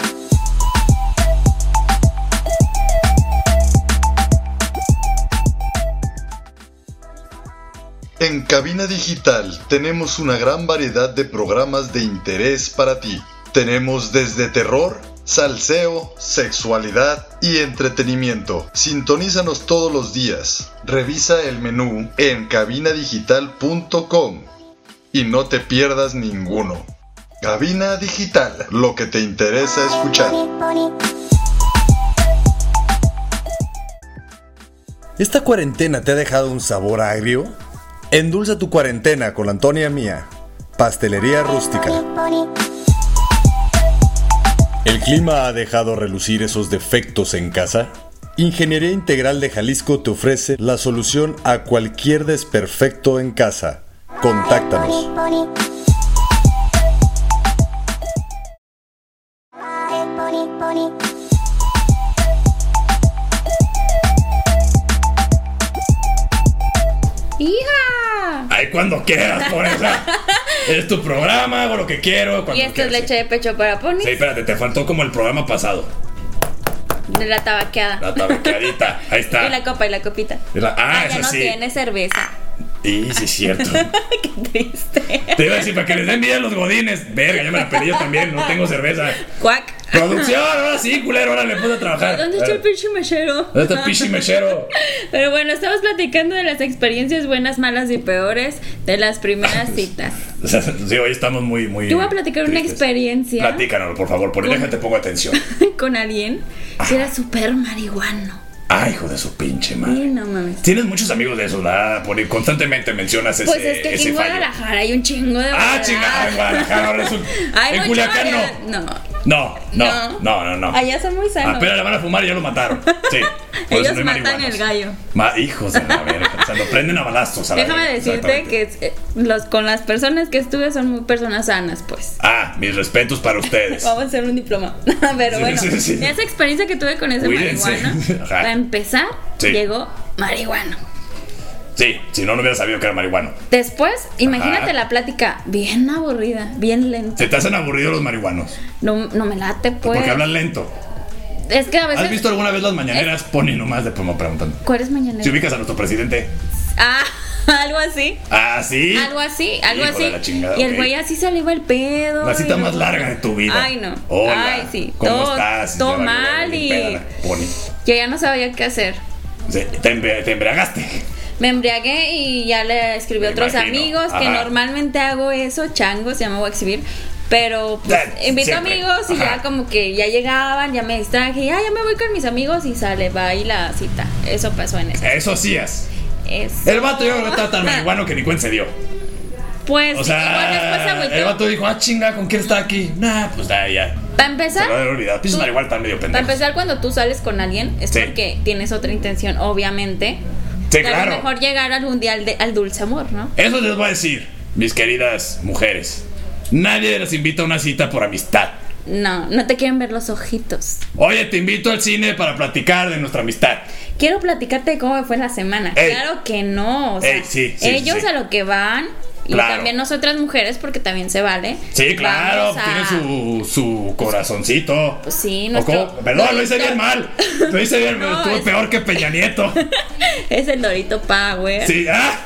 S5: En Cabina Digital tenemos una gran variedad de programas de interés para ti. Tenemos desde terror, salseo, sexualidad y entretenimiento. Sintonízanos todos los días. Revisa el menú en cabinadigital.com y no te pierdas ninguno. Cabina Digital, lo que te interesa escuchar.
S1: Pare, pony.
S6: ¿Esta cuarentena te ha dejado un sabor agrio? Endulza tu cuarentena con la Antonia Mía, Pastelería Rústica.
S1: Pony,
S6: ¿El clima ha dejado relucir esos defectos en casa? Ingeniería Integral de Jalisco te ofrece la solución a cualquier desperfecto en casa. Contáctanos.
S1: pony. Pare, pony, pony.
S3: ¡Hija!
S4: [LAUGHS] Ay, cuando quieras, por eso. Es tu programa, hago lo que quiero. Cuando
S3: Y esta es
S4: quieras,
S3: leche
S4: sí.
S3: de pecho para ponis
S4: Sí, espérate, te faltó como el programa pasado.
S3: de la tabaqueada.
S4: La tabaqueadita. Ahí
S3: [LAUGHS]
S4: está.
S3: Y la copa y la copita.
S4: Y la- ah,
S3: ya
S4: esa
S3: no
S4: sí.
S3: tiene cerveza. [LAUGHS]
S4: Y sí, es cierto.
S3: Qué triste.
S4: Te iba a decir, para que les den vida a los godines. Verga, yo me la pedí yo también, no tengo cerveza.
S3: Cuac.
S4: Producción, ahora sí, culero, ahora le puse a trabajar.
S3: ¿Dónde está el pinche mechero?
S4: ¿Dónde está el pinche mechero?
S3: [LAUGHS] Pero bueno, estamos platicando de las experiencias buenas, malas y peores de las primeras citas.
S4: Ah, Sí, hoy estamos muy, muy.
S3: Yo voy a platicar una
S4: tristes.
S3: experiencia.
S4: Platícanos, por favor, por déjate pongo atención.
S3: [LAUGHS] con alguien que era súper marihuano.
S4: Ay, hijo de su pinche
S3: Y
S4: madre.
S3: no mames.
S4: Tienes muchos amigos de esos, ¿verdad? Por constantemente mencionas ese,
S3: Pues es que aquí
S4: ese
S3: en
S4: fallo.
S3: Guadalajara hay un chingo de
S4: Ah,
S3: variedad.
S4: chingada, en Guadalajara
S3: [LAUGHS]
S4: ahora resulta.
S3: Hay
S4: En
S3: mucha
S4: Culiacán no.
S3: variedad. no.
S4: No, no, no, no, no.
S3: Allá son muy sanos.
S4: Apenas le van a fumar y ya lo mataron.
S3: [LAUGHS]
S4: Sí. por eso
S3: Ellos
S4: hay
S3: matan
S4: marihuanos.
S3: el gallo.
S4: Ma- hijos de la verga. O sea, lo prenden a balazos. a la
S3: Déjame
S4: verga,
S3: decirte
S4: exactamente.
S3: que eh, los, con las personas que estuve son muy personas sanas, pues.
S4: Ah, mis respetos para ustedes.
S3: Vamos a hacer un diploma. [LAUGHS] Pero
S4: Sí,
S3: bueno,
S4: sí, sí.
S3: esa experiencia que tuve con ese
S4: Cuídense.
S3: marihuano,
S4: [LAUGHS] Ajá.
S3: para empezar,
S4: Sí.
S3: llegó marihuano.
S4: Sí, si no, no hubiera sabido que era marihuano.
S3: Después, imagínate la plática bien aburrida, bien lenta.
S4: Se te hacen aburridos los marihuanos.
S3: No, no me late, pues.
S4: Porque hablan lento.
S3: Es que a veces.
S4: ¿Has visto alguna vez las mañaneras? Pony nomás de promo preguntando.
S3: ¿Cuál es mañanero?
S4: Si ubicas a nuestro presidente.
S3: Ah, [LAUGHS] algo así.
S4: Ah, sí.
S3: Algo así, algo
S4: Hijo de
S3: así.
S4: la chingada,
S3: y el
S4: ok.
S3: güey así se le iba el pedo.
S4: La cita
S3: y
S4: más
S3: luego-
S4: larga de tu vida.
S3: Ay, no.
S4: Hola,
S3: Ay, sí.
S4: ¿Cómo
S3: Todo-
S4: estás?
S3: todo
S4: Ya valió verga,
S3: mal
S4: bien
S3: y-
S4: peda la Pony.
S3: Yo ya no sabía qué hacer.
S4: Sí, Te, embre- te embriagaste.
S3: Me embriagué y ya le escribí a
S4: Me
S3: otros
S4: imagino,
S3: amigos que
S4: ajá.
S3: normalmente hago eso, changos, ya me voy a exhibir. Pero pues,
S4: Ya,
S3: invito
S4: siempre,
S3: amigos y
S4: ajá.
S3: ya como que ya llegaban, ya me distraje, y, ah, ya me voy con mis amigos y sale, va ahí la cita. Eso pasó en eso.
S4: Eso hacías.
S3: Eso.
S4: El vato yo creo que estaba tan marihuano que ni cuenta se dio.
S3: Pues
S4: O
S3: igual después
S4: sea,
S3: agüitó.
S4: el vato dijo, ah, chinga, ¿con quién está aquí? Nah, pues nada, ya.
S3: Para
S4: Se
S3: empezar,
S4: lo había olvidado. Pinches
S3: tú-
S4: marihuana están medio
S3: Para
S4: pendejos.
S3: empezar, cuando tú sales con alguien es
S4: Sí.
S3: porque tienes otra intención, obviamente.
S4: Sí,
S3: De A lo
S4: claro.
S3: mejor llegar algún día al, de- al dulce amor, ¿no?
S4: Eso les voy a decir, mis queridas mujeres. Nadie les invita a una cita por amistad.
S3: No, no te quieren ver los ojitos.
S4: Oye, te invito al cine para platicar de nuestra amistad.
S3: Quiero platicarte de cómo me fue la semana.
S4: Ey.
S3: Claro que no. o sea,
S4: Ey, sí, sí,
S3: ellos
S4: sí, sí.
S3: a lo que van, y
S4: Claro.
S3: también nosotras mujeres, porque también se vale.
S4: Sí, claro,
S3: vamos a-
S4: tiene su, su corazoncito.
S3: Pues sí,
S4: ¿O
S3: nuestro-
S4: cómo? Perdón, lo hice bien mal. Lo hice
S3: [LAUGHS]
S4: bien,
S3: No,
S4: estuvo
S3: es-
S4: peor que
S3: [LAUGHS]
S4: Peña Nieto.
S3: Es el Dorito Power.
S4: Sí, ah,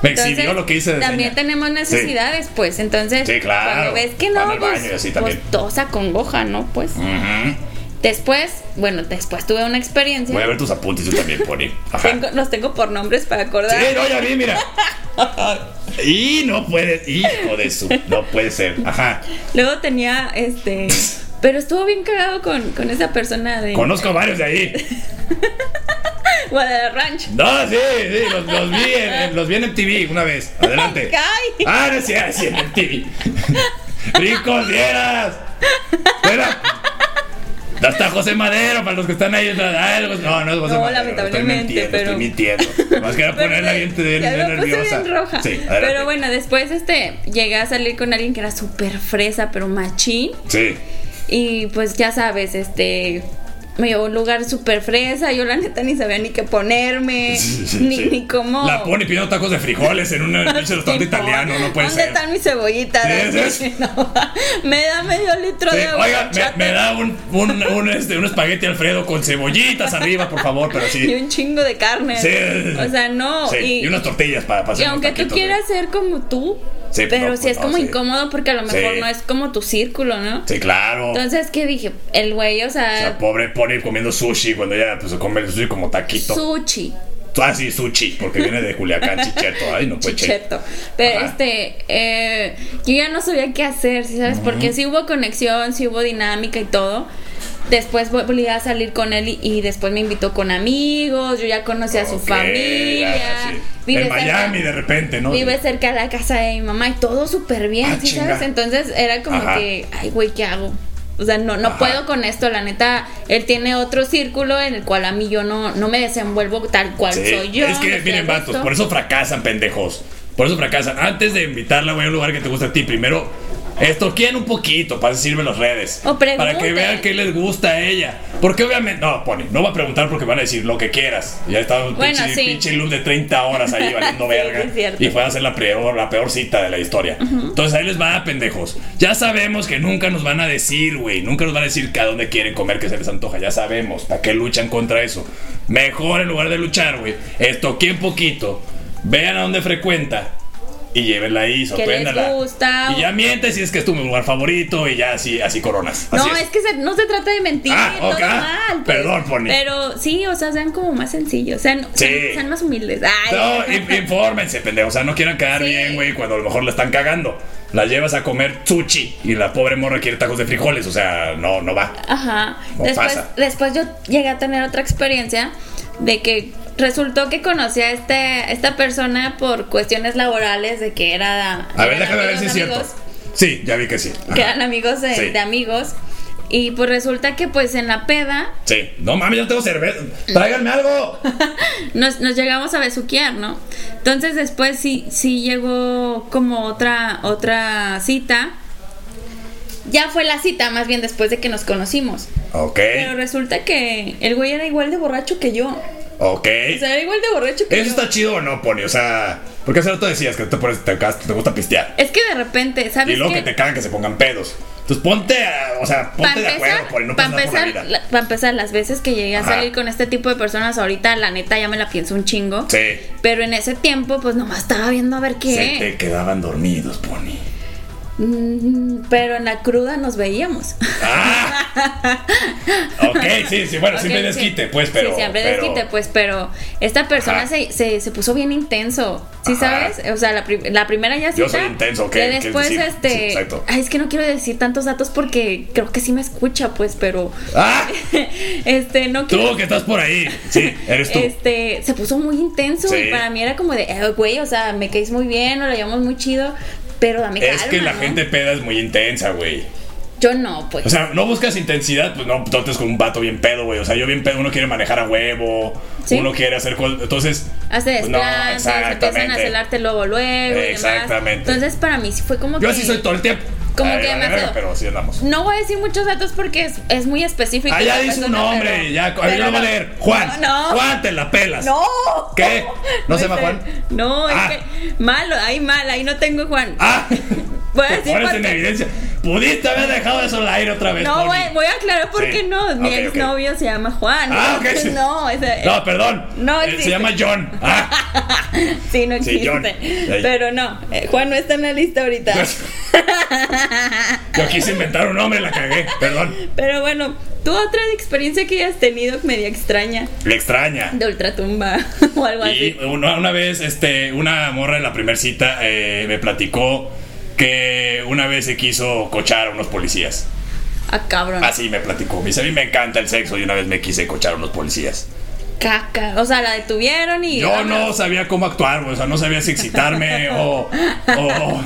S4: me
S3: Entonces,
S4: exhibió lo que hice de
S3: También
S4: seña.
S3: tenemos necesidades, pues. Entonces,
S4: Sí, claro.
S3: cuando ves que
S4: Van
S3: no,
S4: al
S3: pues,
S4: baño y así
S3: pues,
S4: también. Mm.
S3: todo se acongoja, ¿no? Pues.
S4: Ujú.
S3: Después, bueno, después tuve una experiencia.
S4: Voy a ver tus apuntes yo también, Pony. Ajá.
S3: Tengo- los tengo por nombres para acordar.
S4: Sí, no, ya vi, mira. [LAUGHS] Y no puede, hijo de su, no puede ser. Ajá.
S3: Luego tenía este. Pero estuvo bien cagado con, con esa persona de
S4: Conozco varios de ahí.
S3: Guadalajara Ranch.
S4: No, sí, sí, los, los vi en, en- los vi en MTV una vez.
S3: [LAUGHS]
S4: Adelante.
S3: Ay,
S4: Ah, no, sí, ah, sí, en MTV. Ricos dieras. Bueno. Hasta José Madero, para los que están ahí. ah, el- No, no es José
S3: No,
S4: Madero.
S3: lamentablemente, pero-
S4: estoy mintiendo, estoy mintiendo. Más que era
S3: Pero
S4: ponerla
S3: me-
S4: bien, bien,
S3: ya
S4: bien
S3: me puse
S4: nerviosa.
S3: bien roja.
S4: Sí, adelante.
S3: pero bueno, después este llegué a salir con alguien que era súper fresa, pero machín.
S4: Sí.
S3: Y pues ya sabes, este. Me llevó a un lugar súper fresa. Yo, la neta, ni sabía ni qué ponerme,
S4: Sí, sí,
S3: ni,
S4: sí.
S3: ni cómo.
S4: La pone pidiendo tacos de frijoles
S3: [LAUGHS]
S4: en un pinche
S3: Tipo,
S4: restaurante italiano, no puede
S3: ¿Dónde
S4: ser.
S3: están mis cebollitas?
S4: Sí, sí.
S3: [LAUGHS] No, me da medio litro
S4: Sí,
S3: de agua.
S4: oiga, me-
S3: chata
S4: me, da un, un, un, este, un espagueti Alfredo con cebollitas arriba, por favor, pero
S3: [LAUGHS] Y
S4: sí.
S3: un chingo de carne.
S4: Sí.
S3: O sea, no.
S4: Sí,
S3: y,
S4: y, unas tortillas para
S3: y
S4: pasar.
S3: aunque tú quieras ser como tú,
S4: Sí,
S3: pero
S4: no,
S3: si
S4: pues
S3: es
S4: no,
S3: como
S4: sí.
S3: incómodo porque a lo
S4: Sí.
S3: mejor no es como tu círculo, ¿no?
S4: Sí, claro.
S3: Entonces, ¿qué dije? El güey, o
S4: o
S3: sea,
S4: sea, pobre pone comiendo sushi cuando ella pues, come el sushi como taquito.
S3: sushi.
S4: ah, sí, sushi, porque viene de Culiacán, chicheto. Ay, no puede ser.
S3: Cheto. Pero
S4: pues, Ajá.
S3: este, eh, yo ya no sabía qué hacer, ¿sí ¿sabes? Porque sí hubo conexión, sí hubo dinámica y todo. Después vol- volví a salir con él y, y después me invitó con amigos, yo ya conocí a su
S4: Ok,
S3: familia.
S4: ah, sí.
S3: vive
S4: En
S3: cerca-
S4: Miami, de repente, ¿no?
S3: Vive cerca de la casa de mi mamá y todo súper bien,
S4: Ah,
S3: ¿sí ¿sabes?
S4: chinga.
S3: Entonces era como
S4: Ajá.
S3: que, ay, güey, ¿qué hago? O sea, no, no
S4: Ajá.
S3: puedo con esto, la neta, él tiene otro círculo en el cual a mí yo no, no me desenvuelvo tal cual
S4: Sí,
S3: soy yo.
S4: Es
S3: no
S4: que,
S3: estoy a
S4: miren, vatos,
S3: gusto.
S4: por eso fracasan, pendejos. Por eso fracasan. Antes de invitarla güey, a un lugar que te gusta a ti, primero estoqueen un poquito para decirme las redes.
S3: O pregunten.
S4: para que vean qué les gusta a ella. Porque obviamente, no, Pony, no va a preguntar porque van a decir lo que quieras. Ya está un
S3: Bueno,
S4: pinche,
S3: sí.
S4: pinche loop de 30 horas ahí
S3: [LAUGHS]
S4: valiendo
S3: Sí,
S4: verga.
S3: sí, es cierto.
S4: y fue a ser la peor, la peor cita de la historia. Entonces ahí les va, pendejos. Ya sabemos que nunca nos van a decir, güey. Nunca nos van a decir que a dónde quieren comer, que se les antoja. Ya sabemos. ¿Para qué luchan contra eso? Mejor en lugar de luchar, güey. Estoqueen poquito. Vean a dónde frecuenta. y llévenla ahí,
S3: les
S4: sorpréndala.
S3: gusta.
S4: Y ya miente si es que es tu lugar favorito y ya así, así coronas. Así
S3: No, es. que se- no se trata de mentir,
S4: Ah,
S3: todo
S4: ok.
S3: mal. pues.
S4: Perdón, Pony.
S3: Pero sí, o sea, sean como más sencillos, sean, sean, sean más humildes. Ay,
S4: No, in- infórmense, pendejo. O sea, no quieran quedar
S3: Sí.
S4: bien, güey, cuando a lo mejor la están cagando. La llevas a comer sushi y la pobre morra quiere tacos de frijoles. O sea, no, no va.
S3: Ajá.
S4: No
S3: Después,
S4: pasa.
S3: después yo llegué a tener otra experiencia de que resultó que conocí a este, esta persona por cuestiones laborales, de que era...
S4: A ver,
S3: eran
S4: déjame ver
S3: amigos
S4: si es
S3: de
S4: cierto.
S3: amigos,
S4: Sí, ya vi que sí.
S3: Que
S4: Ajá.
S3: eran amigos de,
S4: Sí.
S3: de amigos. Y pues resulta que pues en la peda
S4: Sí. No mames, yo no tengo cerveza.
S3: [LAUGHS]
S4: Tráiganme algo.
S3: nos, nos llegamos a besuquear, ¿no? Entonces después sí, sí llegó como otra, otra cita. Ya fue la cita, más bien después de que nos conocimos.
S4: Ok.
S3: Pero resulta que el güey era igual de borracho que yo.
S4: Ok.
S3: O sea, era igual de borracho que
S4: Eso
S3: yo.
S4: está chido o no, Pony. O sea, porque hace rato decías que te, pones, te, acabas- te gusta pistear.
S3: Es que de repente,
S4: Y
S3: ¿sabes
S4: luego que
S3: qué?
S4: te cagan que se pongan pedos. Entonces ponte, a- o sea,
S3: Para
S4: ponte de
S3: empezar,
S4: acuerdo, Pony. No
S3: pa'
S4: pasa nada por la
S3: empezar,
S4: vida.
S3: la- pa' empezar, las veces que llegué a
S4: Ajá.
S3: salir con este tipo de personas ahorita, la neta ya me la pienso un chingo.
S4: Sí.
S3: Pero en ese tiempo, pues nomás estaba viendo a ver
S4: Se
S3: qué.
S4: te quedaban dormidos, Pony.
S3: Mm, pero en la cruda nos veíamos.
S4: Ah. Ok, sí, sí, bueno,
S3: Ok,
S4: siempre
S3: sí.
S4: desquite, pues, pero.
S3: Sí, siempre
S4: pero-
S3: desquite, pues, pero esta persona
S4: Ajá.
S3: se, se, se puso bien intenso. ¿Sí
S4: Ajá.
S3: sabes? O sea, la, pri- la primera ya
S4: Yo
S3: cita.
S4: soy intenso, ¿qué-
S3: que
S4: qué es
S3: después,
S4: decir?
S3: este.
S4: Sí, exacto.
S3: Ay, es que no quiero decir tantos datos porque creo que sí me escucha, pues, pero. [LAUGHS]
S4: ¡Ah!
S3: este, no quiero.
S4: Tú que estás por ahí. Sí, eres tú.
S3: Este, se puso muy intenso
S4: Sí.
S3: y para mí era como de, eh, güey, o sea, me caes muy bien, nos la llevamos muy chido, pero dame
S4: Es que
S3: calma,
S4: la
S3: ¿no?
S4: gente peda es muy intensa, güey.
S3: Yo no, pues.
S4: O sea, no buscas intensidad, pues no totes con un vato bien pedo, güey. O sea, yo bien pedo, uno quiere manejar a huevo,
S3: Sí.
S4: uno quiere hacer cosas. Entonces.
S3: Hace
S4: pues, no,
S3: desplantes, empiezan a
S4: exactamente.
S3: celarte luego, luego. y demás.
S4: Exactamente.
S3: Entonces, para mí sí fue como
S4: Yo
S3: que.
S4: así soy todo el tiempo.
S3: Como
S4: Ay,
S3: que
S4: vale
S3: demasiado.
S4: verga, Pero así andamos.
S3: No voy a decir muchos datos porque es, es muy específico.
S4: Ah, ya
S3: la
S4: dice un
S3: persona,
S4: nombre,
S3: pero-
S4: ya. A
S3: pero
S4: ver, yo lo voy a
S3: no.
S4: leer. Juan.
S3: No.
S4: Juan, te la pelas.
S3: No.
S4: ¿Qué? ¿No se llama
S3: Este,
S4: Juan?
S3: No, es
S4: Ah.
S3: que malo, ahí mal, ahí no tengo Juan.
S4: Ah.
S3: [LAUGHS] Voy a
S4: Te
S3: decir
S4: pones
S3: por
S4: en
S3: qué.
S4: evidencia. Pudiste haber dejado eso al aire otra vez.
S3: no,
S4: Pony.
S3: voy, voy a aclarar por
S4: Sí.
S3: qué no. Mi
S4: Ok, ok.
S3: exnovio se llama Juan.
S4: Ah, ok.
S3: Entonces,
S4: sí.
S3: No, o sea,
S4: No, perdón.
S3: No
S4: Eh, Se
S3: existe.
S4: llama John.
S3: [LAUGHS]
S4: Ah.
S3: sí, no
S4: sí,
S3: existe.
S4: John. Ahí.
S3: Pero no, eh, Juan no está en la lista ahorita.
S4: pues. Yo quise inventar un nombre, la cagué. Perdón.
S3: Pero bueno, tú otra experiencia que hayas tenido media extraña
S4: Le extraña.
S3: de ultratumba [LAUGHS] o algo
S4: Y
S3: así.
S4: una, una vez, este, una morra en la primer cita eh, me platicó que una vez se quiso cochar a unos policías.
S3: Ah, cabrón.
S4: Así me platicó. Me dice, a mí me encanta el sexo y una vez me quise cochar a unos policías.
S3: Caca. O sea, la detuvieron y.
S4: Yo no sabía cómo actuar, güey, o sea, no sabía si excitarme o, o,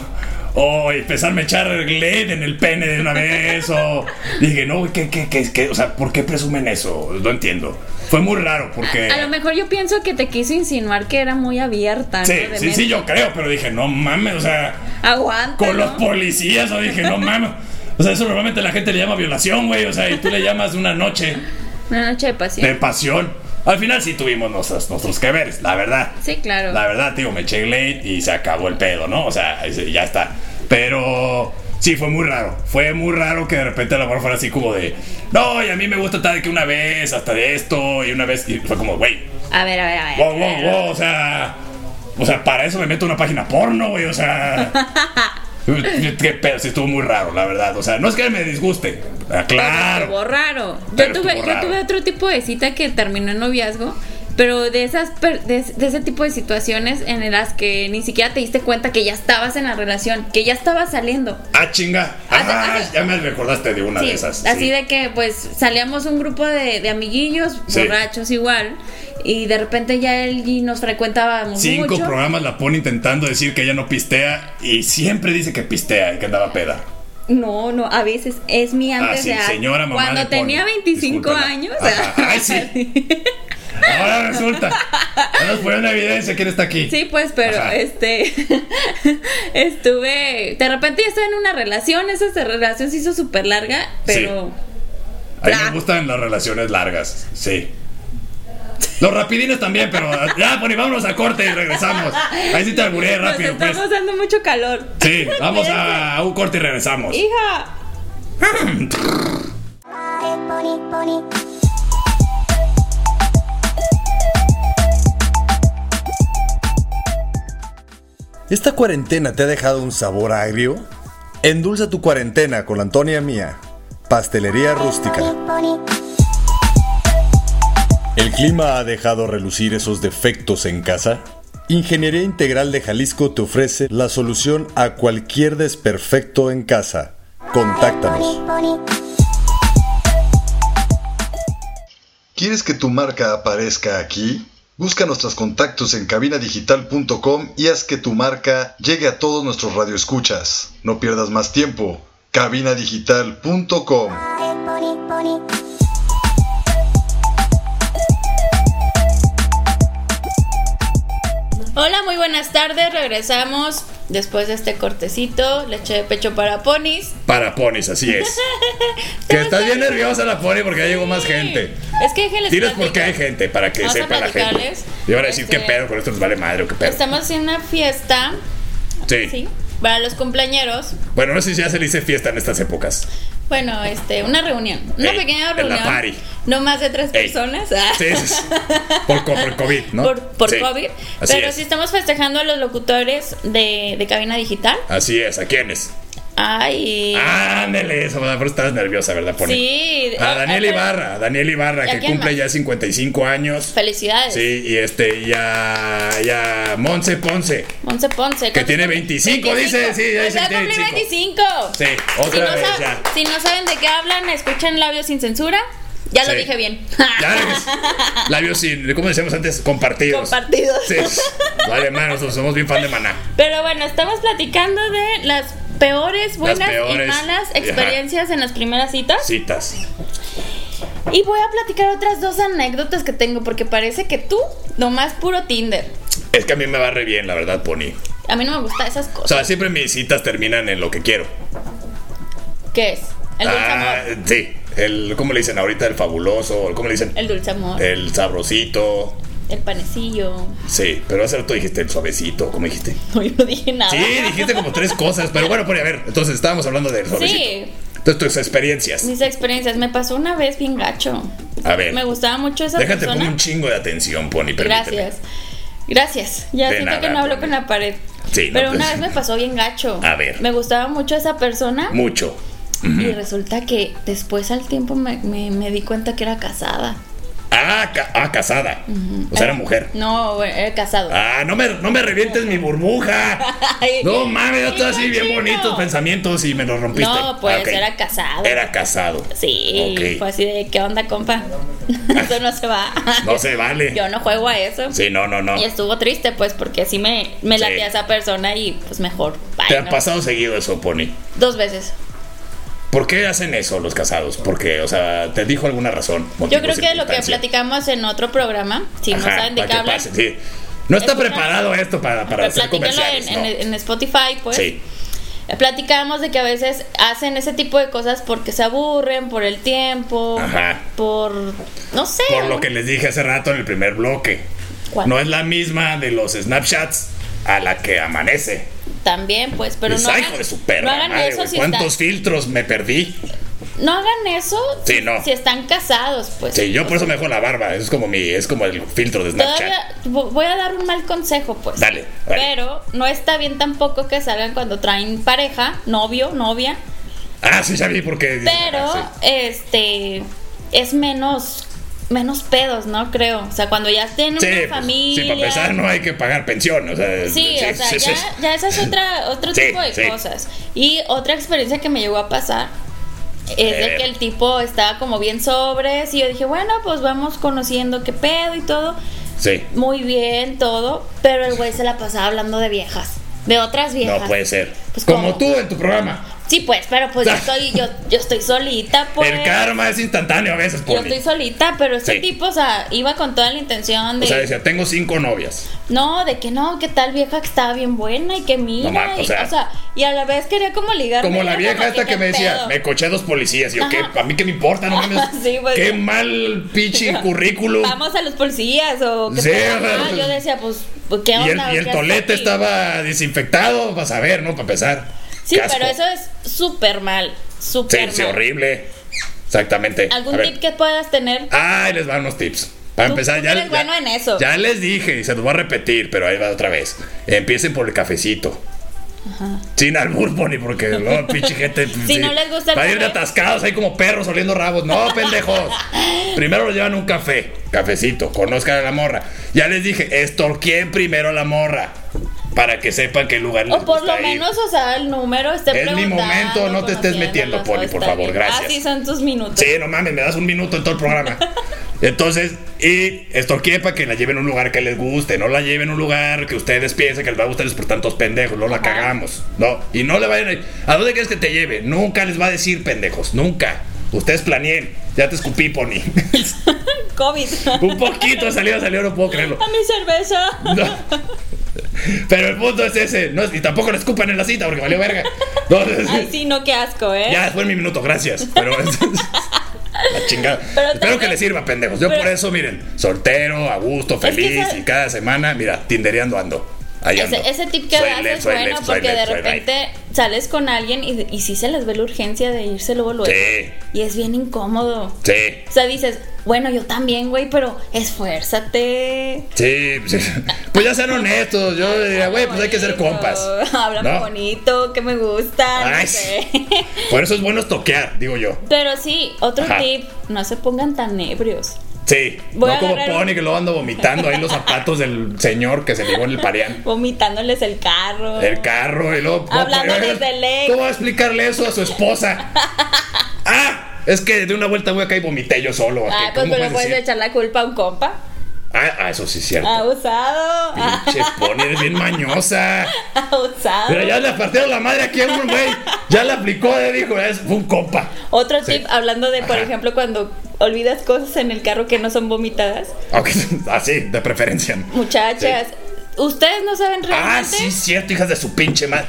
S4: o empezarme a echar lead en el pene de una vez. O dije, no, güey, ¿qué, qué, qué, qué? O sea, ¿por qué presumen eso? No entiendo. Fue muy raro porque...
S3: A lo mejor yo pienso que te quiso insinuar que era muy abierta. ¿no?
S4: Sí,
S3: De
S4: sí,
S3: mente.
S4: sí, yo creo, pero dije, no mames, o sea,
S3: Aguanta.
S4: con los
S3: ¿no?
S4: policías, o dije, no mames. O sea, eso normalmente la gente le llama violación, güey, o sea, y tú le llamas una noche
S3: Una noche de
S4: de
S3: pasión.
S4: pasión. Al final sí tuvimos nuestras, nuestros que veres, la verdad.
S3: Sí, claro.
S4: La verdad, tío, me eché late y se acabó el pedo, ¿no? O sea, ese- ya está. Pero sí, fue muy raro. Fue muy raro que de repente la morra fuera así como de, no, y a mí me gusta tal que una vez, hasta de esto, y una vez, y fue como, güey,
S3: A ver, a ver, a ver.
S4: wow, wow, wow, o sea, o sea, para eso me meto a una página porno, güey, o
S3: [LAUGHS]
S4: sea. Qué pedo, sí estuvo muy raro, la verdad. O sea, no es que me disguste. ah,
S3: Estuvo
S4: Claro.
S3: raro.
S4: Pero
S3: Yo tuve,
S4: estuvo
S3: yo
S4: raro.
S3: tuve otro tipo de cita que terminó en noviazgo. Pero de esas per- de, de ese tipo de situaciones en las que ni siquiera te diste cuenta que ya estabas en la relación, que ya estabas saliendo.
S4: Ah, chinga.
S3: Hace-
S4: Ah,
S3: hace-
S4: ya me recordaste de una
S3: Sí,
S4: de esas.
S3: así
S4: sí.
S3: de que pues salíamos un grupo de, de amiguillos,
S4: Sí.
S3: borrachos igual, y de repente ya él y nos frecuentábamos
S4: Cinco
S3: mucho.
S4: programas la pone intentando decir que ella no pistea y siempre dice que pistea y que andaba peda.
S3: No, no, a veces es mi antes
S4: Ah, sí,
S3: de edad.
S4: señora mamá
S3: Cuando
S4: de
S3: tenía
S4: Pony,
S3: 25
S4: discúlpala.
S3: años.
S4: Ajá, ay, sí. Ahora resulta. Ya nos ponen evidencia quién está aquí.
S3: [LAUGHS] Sí, pues, pero
S4: Ajá.
S3: este [LAUGHS] estuve, de repente ya estaba en una relación, esa se- relación se hizo súper larga, pero
S4: A mí me
S3: Bla.
S4: gustan las relaciones largas, sí. Los rapidines también, pero ya, Pony, vámonos a corte y regresamos. Ahí sí te alburé
S3: nos
S4: rápido, pues.
S3: estamos dando mucho calor. [LAUGHS]
S4: Sí, vamos a un corte y regresamos.
S3: Hija.
S6: ¿Esta cuarentena te ha dejado un sabor agrio? Endulza tu cuarentena con Antonia Mía, Pastelería Rústica. ¿El clima ha dejado relucir esos defectos en casa? Ingeniería Integral de Jalisco te ofrece la solución a cualquier desperfecto en casa. Contáctanos.
S5: ¿Quieres que tu marca aparezca aquí? Busca nuestros contactos en cabinadigital.com y haz que tu marca llegue a todos nuestros radioescuchas. No pierdas más tiempo. cabinadigital.com
S3: Hola, muy buenas tardes. Regresamos después de este cortecito. Leche de pecho para ponis.
S4: Para ponis, así
S3: [LAUGHS]
S4: es. que está bien nerviosa la pony porque ya llegó más gente.
S3: Es que déjenles
S4: Diles
S3: platico.
S4: por qué hay gente, para que
S3: Vamos a
S4: sepa la gente.
S3: platicarles.
S4: Y van a decir,
S3: Este-
S4: ¿qué pedo con esto? Les vale madre, o ¿qué pedo?
S3: Estamos haciendo una fiesta,
S4: Sí.
S3: ¿sí? Para los cumpleañeros.
S4: Bueno, no sé si ya se le dice fiesta en estas épocas.
S3: Bueno, este, una reunión. Una
S4: Ey,
S3: pequeña
S4: en la
S3: reunión.
S4: party.
S3: No más de tres
S4: Ey.
S3: personas. ah.
S4: Sí,
S3: [LAUGHS]
S4: sí, sí. Por, co- por COVID, ¿no?
S3: Por, por
S4: Sí.
S3: COVID.
S4: Así
S3: Pero
S4: es.
S3: sí estamos festejando a los locutores de, de cabina digital.
S4: Así es, ¿a quiénes?
S3: Ay.
S4: Ándale, eso, por eso estabas nerviosa, ¿verdad, Pony?
S3: sí.
S4: Ah,
S3: Ah,
S4: A Daniel
S3: pero-
S4: Ibarra, a Daniel Ibarra,
S3: ¿Y a
S4: que
S3: quién
S4: cumple
S3: más? Pues.
S4: ya 55 años.
S3: Felicidades.
S4: Sí, y este, y a, y a Monse Ponce.
S3: Monse Ponce.
S4: Que tiene 25, dice, sí, ya
S3: Pues
S4: dice
S3: ya
S4: que tiene
S3: cumplí 25.
S4: Sí, otra
S3: si no
S4: vez,
S3: sab-
S4: ya.
S3: Si no saben de qué hablan, escuchen Labios sin Censura. Ya lo
S4: Sí.
S3: dije bien.
S4: Ya,
S3: [LAUGHS]
S4: es- labios sin, ¿cómo decíamos antes? Compartidos.
S3: Compartidos.
S4: Sí, vale, hermano, nosotros somos bien fan de Maná.
S3: Pero bueno, estamos platicando de las peores, buenas
S4: peores.
S3: y malas
S4: Ajá.
S3: experiencias en las primeras citas.
S4: Citas.
S3: Y voy a platicar otras dos anécdotas que tengo, porque parece que tú, nomás puro Tinder.
S4: Es que a mí me va re bien, la verdad, Pony.
S3: A mí no me gustan esas
S4: O
S3: cosas.
S4: sea, siempre mis citas terminan en lo que quiero.
S3: ¿Qué es? El dulce
S4: Ah,
S3: amor.
S4: sí. El, ¿Cómo le dicen ahorita? El fabuloso. ¿Cómo le dicen?
S3: El dulce amor.
S4: El sabrosito.
S3: El panecillo. [LAUGHS]
S4: Sí, pero hace rato dijiste el suavecito. ¿Cómo dijiste?
S3: No, yo no dije nada.
S4: Sí, dijiste como tres cosas. Pero bueno, Pony, a ver. Entonces estábamos hablando del suavecito.
S3: Sí.
S4: Entonces tus experiencias.
S3: Mis experiencias. Me pasó una vez bien gacho.
S4: A ver.
S3: Me gustaba mucho esa
S4: Déjate pongo
S3: persona.
S4: un chingo de atención, Pony. Permíteme.
S3: Gracias. Gracias. Ya
S4: De
S3: siento
S4: nada,
S3: que no hablo
S4: Poli.
S3: con la pared.
S4: Sí, no,
S3: Pero
S4: pues-
S3: una vez me pasó bien gacho.
S4: A ver.
S3: Me gustaba mucho esa persona.
S4: Mucho.
S3: Y resulta que después al tiempo me, me- me di cuenta que era casada.
S4: Ah, ca- ah, casada. O sea, era mujer.
S3: No, güey, era casado.
S4: Ah, no me, no me revientes mi burbuja.
S3: [LAUGHS] Ay,
S4: No mames, yo estaba así bien
S3: chino.
S4: bonitos pensamientos y me los rompiste.
S3: No, pues
S4: Ah, ok.
S3: era casado.
S4: Era casado.
S3: Sí, pues,
S4: Ok.
S3: fue así de, ¿qué onda, compa? [LAUGHS] Eso no se va.
S4: No se vale.
S3: Yo no juego a eso.
S4: Sí, no, no, no.
S3: Y estuvo triste, pues, porque sí me, me
S4: Sí.
S3: latía esa persona y, pues, mejor. bye,
S4: Te ha
S3: ¿no?
S4: pasado seguido eso, Pony.
S3: Dos veces.
S4: ¿Por qué hacen eso los casados? Porque, o sea, te dijo alguna razón.
S3: Yo creo
S4: motivo,
S3: que lo que
S4: circunstancia.
S3: platicamos en otro programa, si no
S4: Ajá,
S3: saben de
S4: para
S3: qué
S4: que
S3: hablan,
S4: pase, sí. No está
S3: Escucha-
S4: preparado esto para, para
S3: pues,
S4: hacer
S3: platíquenlo
S4: comerciales.
S3: en,
S4: no.
S3: en- en Spotify, pues.
S4: Sí.
S3: Platicamos de que a veces hacen ese tipo de cosas porque se aburren, por el tiempo,
S4: Ajá.
S3: por. No sé.
S4: Por lo que les dije hace rato en el primer bloque.
S3: Eh. ¿Cuál?
S4: No es la misma de los snapshots a la que amanece.
S3: También, pues, pero
S4: Dices,
S3: no.
S4: "Ay,
S3: hagan-
S4: hijo de su perra
S3: no hagan
S4: madre,
S3: eso
S4: güey,
S3: si
S4: ¿Cuántos
S3: están-
S4: filtros me perdí?
S3: no hagan eso
S4: Sí,
S3: si-
S4: no.
S3: si están casados, pues.
S4: Sí, yo por eso me dejo la barba. Es como mi, es como el filtro de Snapchat.
S3: Todavía vo- voy a dar un mal consejo, pues.
S4: Dale, dale.
S3: Pero no está bien tampoco que salgan cuando traen pareja, novio, novia.
S4: Ah, sí, ya vi porque.
S3: Pero,
S4: Ah,
S3: este, es menos, menos pedos, ¿no? Creo. O sea, cuando ya tienen
S4: Sí, Sí,
S3: una
S4: pues,
S3: familia.
S4: sí, para empezar no hay que pagar pensión. O sea,
S3: Sí, o sea,
S4: sí,
S3: ya,
S4: sí.
S3: ya esa es otra, otro
S4: Sí,
S3: tipo de
S4: sí.
S3: cosas. Y otra experiencia que me llegó a pasar es de
S4: Eh.
S3: que el tipo estaba como bien sobres y yo dije, bueno, pues vamos conociendo qué pedo y todo.
S4: Sí.
S3: Muy bien, todo. Pero el güey se la pasaba hablando de viejas, de otras viejas.
S4: No puede ser.
S3: Pues,
S4: como
S3: ¿cómo?
S4: tú en tu programa.
S3: Sí, pues, pero pues yo
S4: [LAUGHS]
S3: estoy, yo, yo estoy solita, pues.
S4: El karma es instantáneo a veces,
S3: Yo
S4: Poli.
S3: estoy solita, pero este
S4: Sí.
S3: tipo, o sea, iba con toda la intención de.
S4: O sea, decía, tengo cinco novias.
S3: no, de que no, que tal vieja que estaba bien buena y que mira.
S4: No mames, o
S3: y,
S4: sea-
S3: o sea, y a la vez quería como ligar.
S4: Como la vieja esta que me decía, me
S3: me
S4: coché a dos policías. Y Yo,
S3: Ajá.
S4: ¿qué? ¿A mí qué me importa?
S3: [LAUGHS]
S4: No mames.
S3: Sí, pues, sí.
S4: qué mal
S3: [LAUGHS]
S4: pinche currículum.
S3: Vamos a los policías o qué
S4: Sí,
S3: pedo,
S4: o sea,
S3: ¿no? Yo decía, pues, pues, ¿qué
S4: Y el,
S3: onda?
S4: y el
S3: ¿Qué haces
S4: tolete
S3: aquí?
S4: estaba desinfectado, vas a ver, ¿no? Para empezar.
S3: Sí,
S4: Qué asco.
S3: pero eso es súper mal.
S4: Sí,
S3: Súper
S4: sí,
S3: mal.
S4: horrible. Exactamente. A
S3: ¿Algún
S4: ver. Ah,
S3: tip que puedas tener?
S4: Ahí les van unos tips. Para
S3: Tú-
S4: empezar,
S3: tú
S4: ya,
S3: eres
S4: ya-
S3: bueno en eso.
S4: ya les dije y se los voy a repetir, pero ahí va otra vez. Empiecen por el cafecito. Sin albur, Pony, porque no, pinche gente.
S3: [LAUGHS] Si no les gusta el
S4: Va a ir de
S3: café.
S4: atascados ahí como perros oliendo
S3: [LAUGHS]
S4: rabos. No, pendejos. primero los llevan un café, cafecito, conozcan a la morra. Ya les dije, estorquien primero a la morra. Para que sepan qué lugar les
S3: O por lo
S4: gusta ir.
S3: menos, o sea, el número esté
S4: pues, Es mi
S3: preguntando,
S4: momento, no te estés metiendo,
S3: conociéndolos,
S4: Poli,
S3: o
S4: por
S3: está
S4: favor,
S3: bien.
S4: gracias.
S3: Así son tus minutos.
S4: Sí, no mames, me das un minuto en todo el programa. Entonces, y estorqué para que la lleven a un lugar que les guste, no la lleven a un lugar que ustedes piensen que les va a gustar es por tantos pendejos, no la cagamos, no, y no le vayan a... ¿A dónde quieres que te lleve? Nunca les va a decir pendejos, nunca. Ustedes planeen, ya te escupí, Pony. [LAUGHS]
S3: COVID. [LAUGHS]
S4: un poquito salió, salió, no puedo creerlo.
S3: A mi
S4: [LAUGHS]
S3: cerveza.
S4: No. Pero el punto es ese, no es- y tampoco le escupan en la cita porque valió verga. Entonces,
S3: Ay, sí, no, qué asco, ¿eh?
S4: ya, fue mi minuto, gracias. Pero la chingada.
S3: Pero
S4: Espero
S3: también-
S4: que les sirva, pendejos. Yo
S3: pero-
S4: por eso, miren, soltero, a gusto,
S3: que
S4: feliz
S3: esa-
S4: y cada semana, mira, tindereando ando. Ahí ando.
S3: Ese, ese tip que
S4: Soy
S3: das
S4: left,
S3: es
S4: soy
S3: bueno
S4: left, soy
S3: porque
S4: left,
S3: de
S4: soy right.
S3: repente sales con alguien y, y sí se les ve la urgencia de irse luego luego.
S4: Sí.
S3: Y es bien incómodo.
S4: Sí.
S3: O sea, dices, bueno, yo también, güey, pero esfuérzate.
S4: Sí, [LAUGHS] pues, pues ya sean honestos. Yo diría, güey, pues hay que ser
S3: Bonito,
S4: compas.
S3: [LAUGHS] Háblame
S4: ¿no?
S3: bonito, que me gusta. no
S4: Ay,
S3: sé. [LAUGHS]
S4: Por eso es bueno toquear, digo yo.
S3: Pero sí, otro
S4: Ajá.
S3: tip, no se pongan tan ebrios.
S4: Sí,
S3: Voy
S4: no
S3: a
S4: como
S3: agarrar un-
S4: Pony que lo ando vomitando ahí los zapatos del señor que se ligó en el parián.
S3: Vomitándoles el carro.
S4: El carro y luego.
S3: Hablando
S4: no, pero-
S3: desde el ex.
S4: ¿Cómo va a explicarle eso a su esposa?
S3: [LAUGHS]
S4: ¡Ah! Es que de una vuelta voy acá y vomité yo solo.
S3: Ay,
S4: ¿Qué-
S3: pues
S4: cómo
S3: pero
S4: puedes
S3: puedes
S4: decir?
S3: echar la culpa a un compa.
S4: Ah, ah, eso sí es cierto.
S3: Abusado.
S4: Pinche Pony, eres bien mañosa.
S3: [LAUGHS] Ah, Abusado.
S4: Pero ya le partieron la madre aquí a un güey. Ya la aplicó, le dijo, es fue un compa.
S3: Otro
S4: Sí.
S3: tip, hablando de, por
S4: Ajá.
S3: ejemplo, cuando olvidas cosas en el carro que no son vomitadas.
S4: Aunque, [LAUGHS] así, de preferencia. ¿no?
S3: Muchachas, ustedes no saben realmente.
S4: Ah, sí, es cierto, hijas de su pinche madre.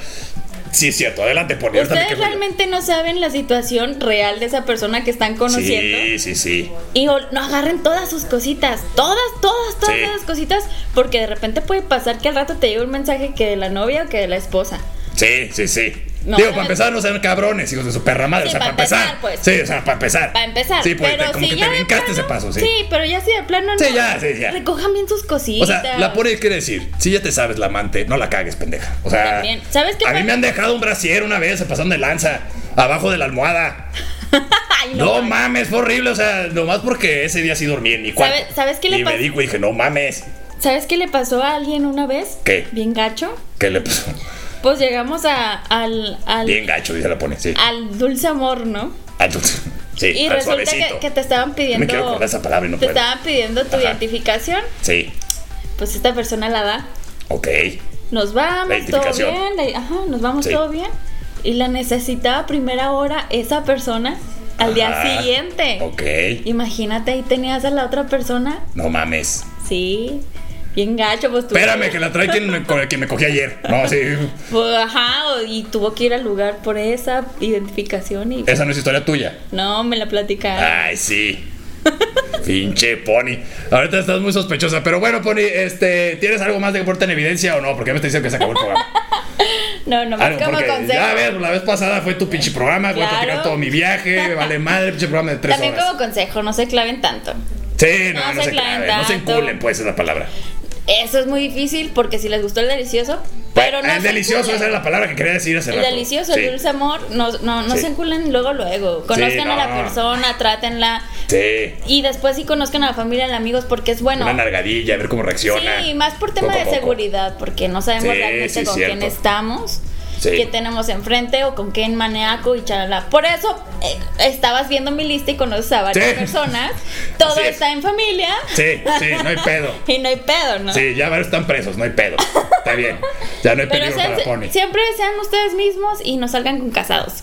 S4: Sí, es cierto, adelante, Pony. ahorita me
S3: Ustedes
S4: quejo yo.
S3: realmente no saben la situación real de esa persona que están conociendo.
S4: Sí, sí, sí.
S3: Y ol- no agarren todas sus cositas. Todas, todas, todas
S4: Sí.
S3: esas cositas. Porque de repente puede pasar que al rato te llegue un mensaje que de la novia o que de la esposa.
S4: Sí, sí, sí.
S3: No,
S4: Digo,
S3: no,
S4: para
S3: no.
S4: empezar, no sean cabrones, hijos de su perra madre.
S3: Sí,
S4: o sea, para
S3: para
S4: empezar.
S3: empezar, pues.
S4: Sí, o sea, para empezar.
S3: Para empezar.
S4: Sí, pues,
S3: pero
S4: te- como
S3: si
S4: que
S3: ya
S4: te
S3: de
S4: brincaste ese
S3: plano-
S4: paso, sí.
S3: pero ya si de plano no.
S4: Sí, ya, sí, ya.
S3: Recojan bien sus
S4: O
S3: cositas.
S4: sea, la pone quiere decir, si ya te sabes la amante, no la cagues, pendeja. O sea,
S3: También. ¿Sabes qué
S4: a mí
S3: pasa?
S4: me han dejado un brasier una vez, se pasaron de lanza, abajo de la almohada.
S3: [LAUGHS] Ay,
S4: No, mames, fue horrible, o sea, nomás porque ese día sí dormí en mi cuarto.
S3: ¿Sabe- sabes qué le
S4: Y me
S3: pasa?
S4: dijo y dije, no mames,
S3: ¿Sabes qué le pasó a alguien una vez?
S4: ¿Qué?
S3: Bien gacho.
S4: ¿qué le pasó?
S3: Pues llegamos a, al, al,
S4: Bien gacho, ya la pone, sí.
S3: al dulce amor, ¿no?
S4: Al dulce. Sí,
S3: Y
S4: al
S3: resulta que,
S4: suavecito.
S3: que te estaban pidiendo.
S4: Me quiero acordar esa palabra y no
S3: Te
S4: puedo.
S3: estaban pidiendo tu
S4: Ajá.
S3: identificación.
S4: Sí,
S3: Pues esta persona la da.
S4: ok.
S3: Eh. Nos vamos,
S4: La
S3: todo
S4: identificación.
S3: bien. la- ajá, nos vamos
S4: Sí.
S3: todo bien. Y la necesitaba a primera hora esa persona al día
S4: Ajá,
S3: siguiente.
S4: Ok.
S3: Imagínate, ahí tenías a la otra persona.
S4: No mames.
S3: Sí. Bien gacho, pues tú.
S4: Espérame, que la trae quien me, con el que me cogí ayer. No, sí.
S3: Pues, ajá, o- y tuvo que ir al lugar por esa identificación y
S4: Esa no es historia tuya.
S3: no me la platicaron.
S4: Ay, sí. Pinche Pony. Ahorita estás muy sospechosa. Pero bueno, Pony, este, ¿tienes algo más de que ponerte en evidencia o no? Porque ya me está diciendo que se acabó el
S3: [LAUGHS]
S4: programa.
S3: No, no,
S4: Algo,
S3: como
S4: Ah, porque
S3: Pues, consejo.
S4: ya ves, la vez pasada fue tu pinche programa. Voy a
S3: Claro.
S4: platicar todo mi viaje. Me vale madre, pinche programa de tres
S3: También
S4: horas.
S3: como consejo, no se claven tanto.
S4: Sí, no,
S3: No
S4: no,
S3: se
S4: se
S3: claven
S4: claven, No se
S3: tanto.
S4: enculen, pues, es la palabra.
S3: Eso es muy difícil porque si les gustó el delicioso, pero no.
S4: el
S3: se
S4: delicioso,
S3: enculen.
S4: esa era la palabra que quería decir hace
S3: El
S4: rato.
S3: delicioso,
S4: Sí.
S3: el dulce amor, no, no, no
S4: Sí.
S3: se enculen luego, luego. Conozcan a la
S4: no.
S3: persona, trátenla.
S4: Sí.
S3: Y después sí conozcan a la familia, a amigos, porque es bueno.
S4: Una nargadilla, a ver cómo reacciona.
S3: Sí, más por tema
S4: Poco a
S3: de
S4: poco.
S3: seguridad, porque no sabemos
S4: Sí,
S3: realmente
S4: sí,
S3: con
S4: cierto.
S3: quién estamos,
S4: Sí.
S3: qué tenemos enfrente o con quién maneaco y chalala. Por eso eh, estabas viendo mi lista y conoces a varias
S4: Sí.
S3: personas. Todo
S4: [LAUGHS] Así es.
S3: está en familia.
S4: Sí, sí, no hay pedo.
S3: [LAUGHS] Y no hay pedo, ¿no?
S4: Sí, ya varios están presos, no hay pedo. Está bien. Ya no hay
S3: Pero
S4: peligro
S3: sean-
S4: para Pony.
S3: siempre sean ustedes mismos y no salgan con casados.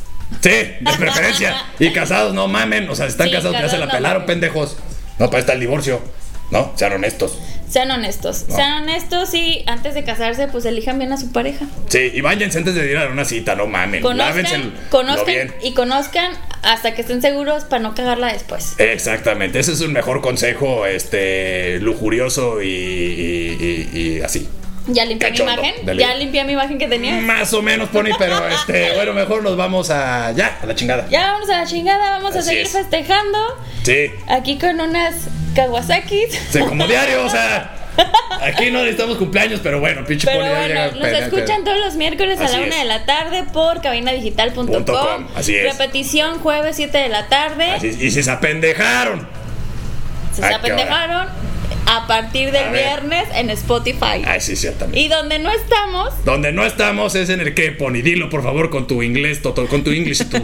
S4: Sí, de preferencia. Y casados, no mamen. O sea, si están
S3: Sí,
S4: casados, ya se
S3: casados,
S4: la
S3: no
S4: pelaron,
S3: mamen.
S4: pendejos. No, para estar el divorcio. No, sean honestos.
S3: Sean honestos.
S4: No.
S3: Sean honestos y antes de casarse, pues elijan bien a su pareja.
S4: Sí, y váyanse antes de ir a una cita, no mamen. Lávense el-
S3: Conozcan,
S4: lo
S3: conozcan
S4: bien.
S3: y conozcan hasta que estén seguros para no cagarla después.
S4: Exactamente, ese es un mejor consejo, este, lujurioso y, y- y- y así.
S3: Ya limpié mi
S4: Cachondo,
S3: imagen.
S4: dale. Mm.
S3: Ya limpié mi imagen que tenía.
S4: Más o menos, Pony, pero este, bueno, mejor nos vamos a ya, a la chingada.
S3: Ya vamos a la chingada, vamos a
S4: Así
S3: seguir
S4: es.
S3: festejando.
S4: Sí.
S3: Aquí con unas Kawasaki.
S4: Se como diario, o sea. Aquí no necesitamos cumpleaños, pero bueno,
S3: [LAUGHS]
S4: pinche
S3: Pero
S4: poli ya llega
S3: bueno, nos
S4: peda-
S3: escuchan todos los miércoles
S4: Así
S3: a la
S4: es.
S3: una de la tarde por
S4: Punto com,
S3: cabinadigital.com.
S4: así es.
S3: Repetición jueves 7 de la tarde.
S4: Así- y si se apendejaron.
S3: Se
S4: Ah, qué
S3: apendejaron a partir del
S4: A ver.
S3: viernes en Spotify.
S4: Ay, sí, ciertamente.
S3: Y donde no estamos,
S4: Donde no estamos es en el que, Pony, dilo por favor con tu inglés, Toto, con tu inglés y tú,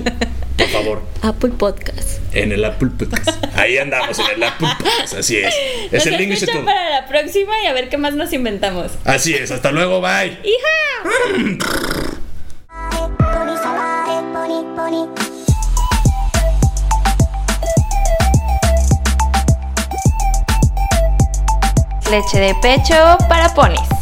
S4: por favor,
S3: Apple Podcast.
S4: en el Apple Podcast. Ahí andamos, en el Apple Podcast, así es. Es
S3: nos
S4: el inglés y
S3: escuchan
S4: tú.
S3: para la próxima y a ver qué más nos inventamos.
S4: Así es, hasta luego, bye.
S3: ¡Hija!
S1: pony
S2: Leche de pecho para ponis.